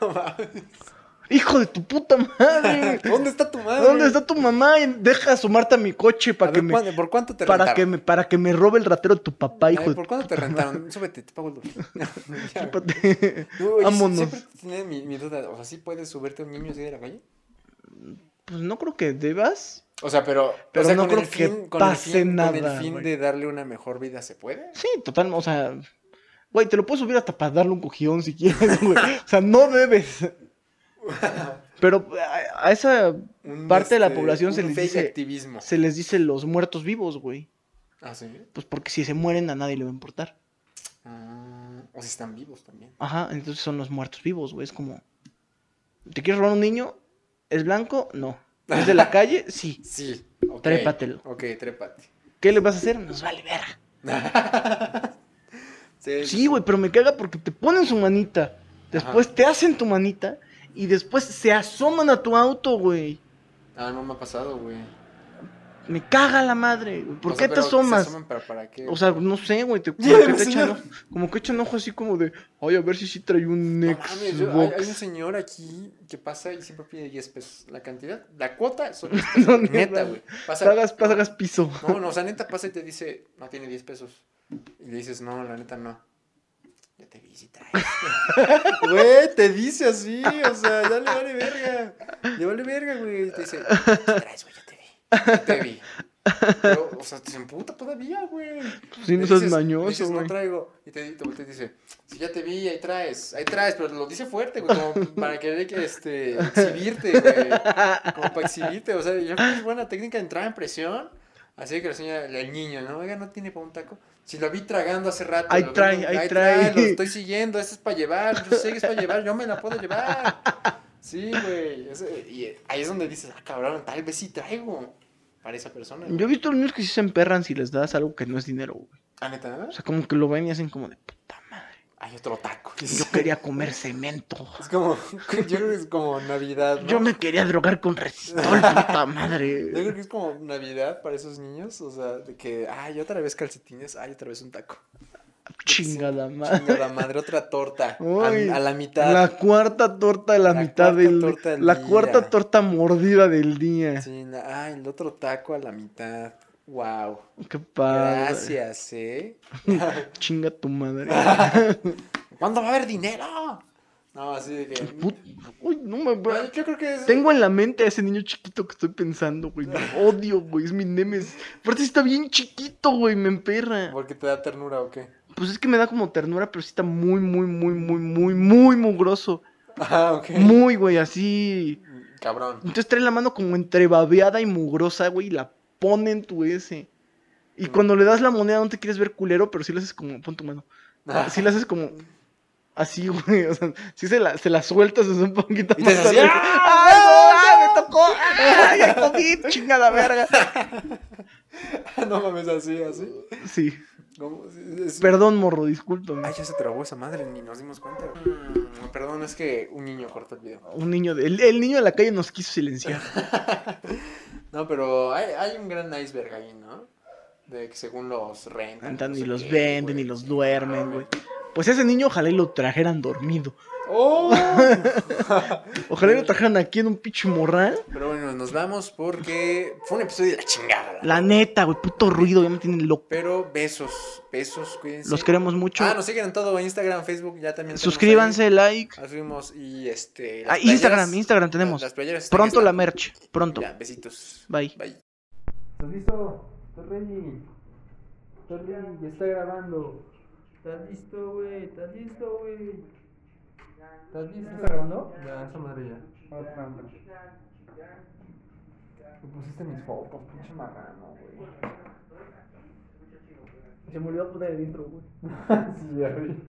No mames.
hijo de tu puta madre, güey.
¿Dónde está tu (laughs) madre?
¿Dónde está tu mamá? Y Deja asomarte a mi coche
A
para que
ver,
me.
¿cuándo- ¿Por cuánto te
para
rentaron?
que me para que me robe el ratero tu papá,
Ay,
hijo de
¿Por cuándo te rentaron? Súbete, te pago
(laughs)
el doble. (laughs) Ya, güey.
chúpate.
No, oye,
Vámonos.
Siempre tenía mi, mi duda. O sea, ¿sí puedes subirte a un niño así de la calle?
Pues no creo que debas.
O sea, pero.
Pero
o sea,
no
con
creo
el fin,
que
con el
pase
fin- Con el
nada,
fin
güey.
de darle una mejor vida, ¿se puede?
Sí, total, o sea, güey, te lo puedes subir hasta para darle un cojón si quieres, (laughs) güey. O sea, no debes. Pero a, a esa
Un,
parte de la
este,
población se
un
les
fake
dice
activismo.
se les dice los muertos vivos, güey.
Ah, sí.
Pues porque si se mueren a nadie le va a importar.
Ah, o si están vivos también.
Ajá, entonces son los muertos vivos, güey. Es como ¿Te quieres robar un niño? ¿Es blanco? No. ¿Es de la calle? Sí.
Sí. ok.
Trépatelo.
Ok,
(laughs)
trépate.
¿Qué le vas a hacer? Nos vale verga.
Sí,
Sí, güey, pero me caga porque te ponen su manita, después te hacen tu manita y después se asoman a tu auto, güey.
Ah, no me ha pasado, güey.
Me caga la madre, güey. ¿Por
O
qué
sea,
te
pero,
asomas?
¿se asoman para, para qué?
O sea, no sé, güey, te, como,
Ya,
que te echan
señor.
ojo, como que echan ojo así como de, ay, a ver si sí trae un
No
Xbox.
mames, Ah, yo- hay, hay un señor aquí que pasa y siempre pide 10 pesos. La cantidad, la cuota,
(laughs)
son 10 pesos.
No,
neta,
neta.
güey.
Pagas, pagas piso.
No, no, o sea, neta pasa y te dice, no tiene 10 pesos. Y le dices, no, la neta no. Ya te visita. Güey, te dice así, o sea, ya le vale verga. Le vale verga, güey. Y Te dice, ¿qué traes, güey? Ya te vi. Ya te vi. Pero, o sea, te emputa todavía, güey.
(laughs) Sí, no
Le
seas
dices-
mañoso,
le dices,
güey.
no traigo. Y te, te voltea y te dice, si ya te vi, ahí traes. Ahí traes, pero lo dice fuerte, güey, como para querer que, este, exhibirte, güey. Como para exhibirte, o sea, yo creo que es buena técnica de entrar en presión. Así que le enseña al niño, ¿no? Oiga, no tiene para un taco. Si lo vi tragando hace rato.
Ahí
lo vi-
trae, ahí trae.
Lo estoy siguiendo, esto es para llevar. Yo sé que es para llevar, yo me la puedo llevar. Sí, güey. eso- Y eh, ahí es donde dices, ah, cabrón, tal vez sí traigo para esa persona. güey.
Yo he visto niños que sí se emperran si les das algo que no es dinero, güey.
Ah, neta, ¿no?
O sea, como que lo ven y hacen como de puta madre.
Hay otro taco.
Yo
(laughs)
quería comer cemento.
Es como, (laughs) yo creo que es como Navidad, ¿no?
Yo me quería drogar con
(laughs)
resistol, puta madre.
Yo creo que es como Navidad para esos niños, o sea, de que, ay, otra vez calcetines, ay, otra vez un taco.
Chingada
Chinga
madre.
la madre, otra
(laughs)
torta.
Uy,
a, a la mitad.
La cuarta torta de la,
La
mitad
cuarta
del
torta del
La
día.
cuarta torta mordida del día.
Sí, na- ah, el otro taco a la mitad. Wow.
Qué padre.
Gracias, ¿eh?
Chinga
(laughs)
tu madre.
¿Cuándo va a haber dinero? No, así de que.
Put- Uy, no me
Yo- Yo creo que es.
Tengo en la mente a ese niño chiquito que estoy pensando, güey. Lo odio, güey. Es mi nemes. Aparte está bien chiquito, güey. Me emperra.
Porque te da ternura o qué. (laughs)
Pues es que me da como ternura, pero sí está muy, muy, muy, muy, muy, muy mugroso.
Ah, ok.
Muy, güey, así.
Cabrón.
Entonces trae la mano como entre babeada y mugrosa, güey, y la pone en tu ese.
Mm.
Y cuando le das la moneda no te quieres ver culero, pero sí le haces como, pon tu mano.
Ah.
Sí le haces como así, güey. O sea, sí se la, se la sueltas o sea, un poquito
Y te
más
haces así,
tarde.
¡ah,
¡Ay,
no,
no, me tocó! ¡Ay, ya comí! ¡Chingada verga!
(laughs) no mames, así, así.
Sí.
¿Cómo? Es-
Perdón, morro, discúlpame.
Ay, ya se trabó esa madre, ni nos dimos cuenta. Mm, Perdón, es que un niño cortó el video.
Un niño de, el, el niño de la calle nos quiso silenciar.
No, pero hay, hay un gran iceberg ahí, ¿no? De que según los rentan.
Cantan
no
y
sé
los
qué,
venden
güey.
y los duermen, güey. Pues ese niño ojalá y lo trajeran dormido. (laughs)
¡Oh!
Ojalá y lo trajeran aquí en un pinche morral.
pero bueno, nos vamos porque fue un episodio de la chingada. la-
La neta, güey, puto ruido, ya me tienen loco.
Pero besos, besos, cuídense.
Los queremos mucho.
Ah, nos siguen en todo, en Instagram, Facebook, ya también. tenemos
Suscríbanse, like.
Ahí. Ahí subimos y este.
Ah,
las
Instagram,
playeras-
Instagram tenemos.
Las playeras están-
Pronto la
están-
merch, pronto.
Ya, besitos.
Bye.
Bye. ¿Estás listo? ¿Estás ready? ¿Estás ready? Ya está grabando. ¿Estás listo, güey? ¿Estás listo, güey? ¿Estás listo? ¿Está grabando? Ah, Ya, esa madre ya. Otra madre. Me pusiste mis fotos, pinche marrano, güey. Se murió a puta el intro, güey. (laughs) sí, ya, güey.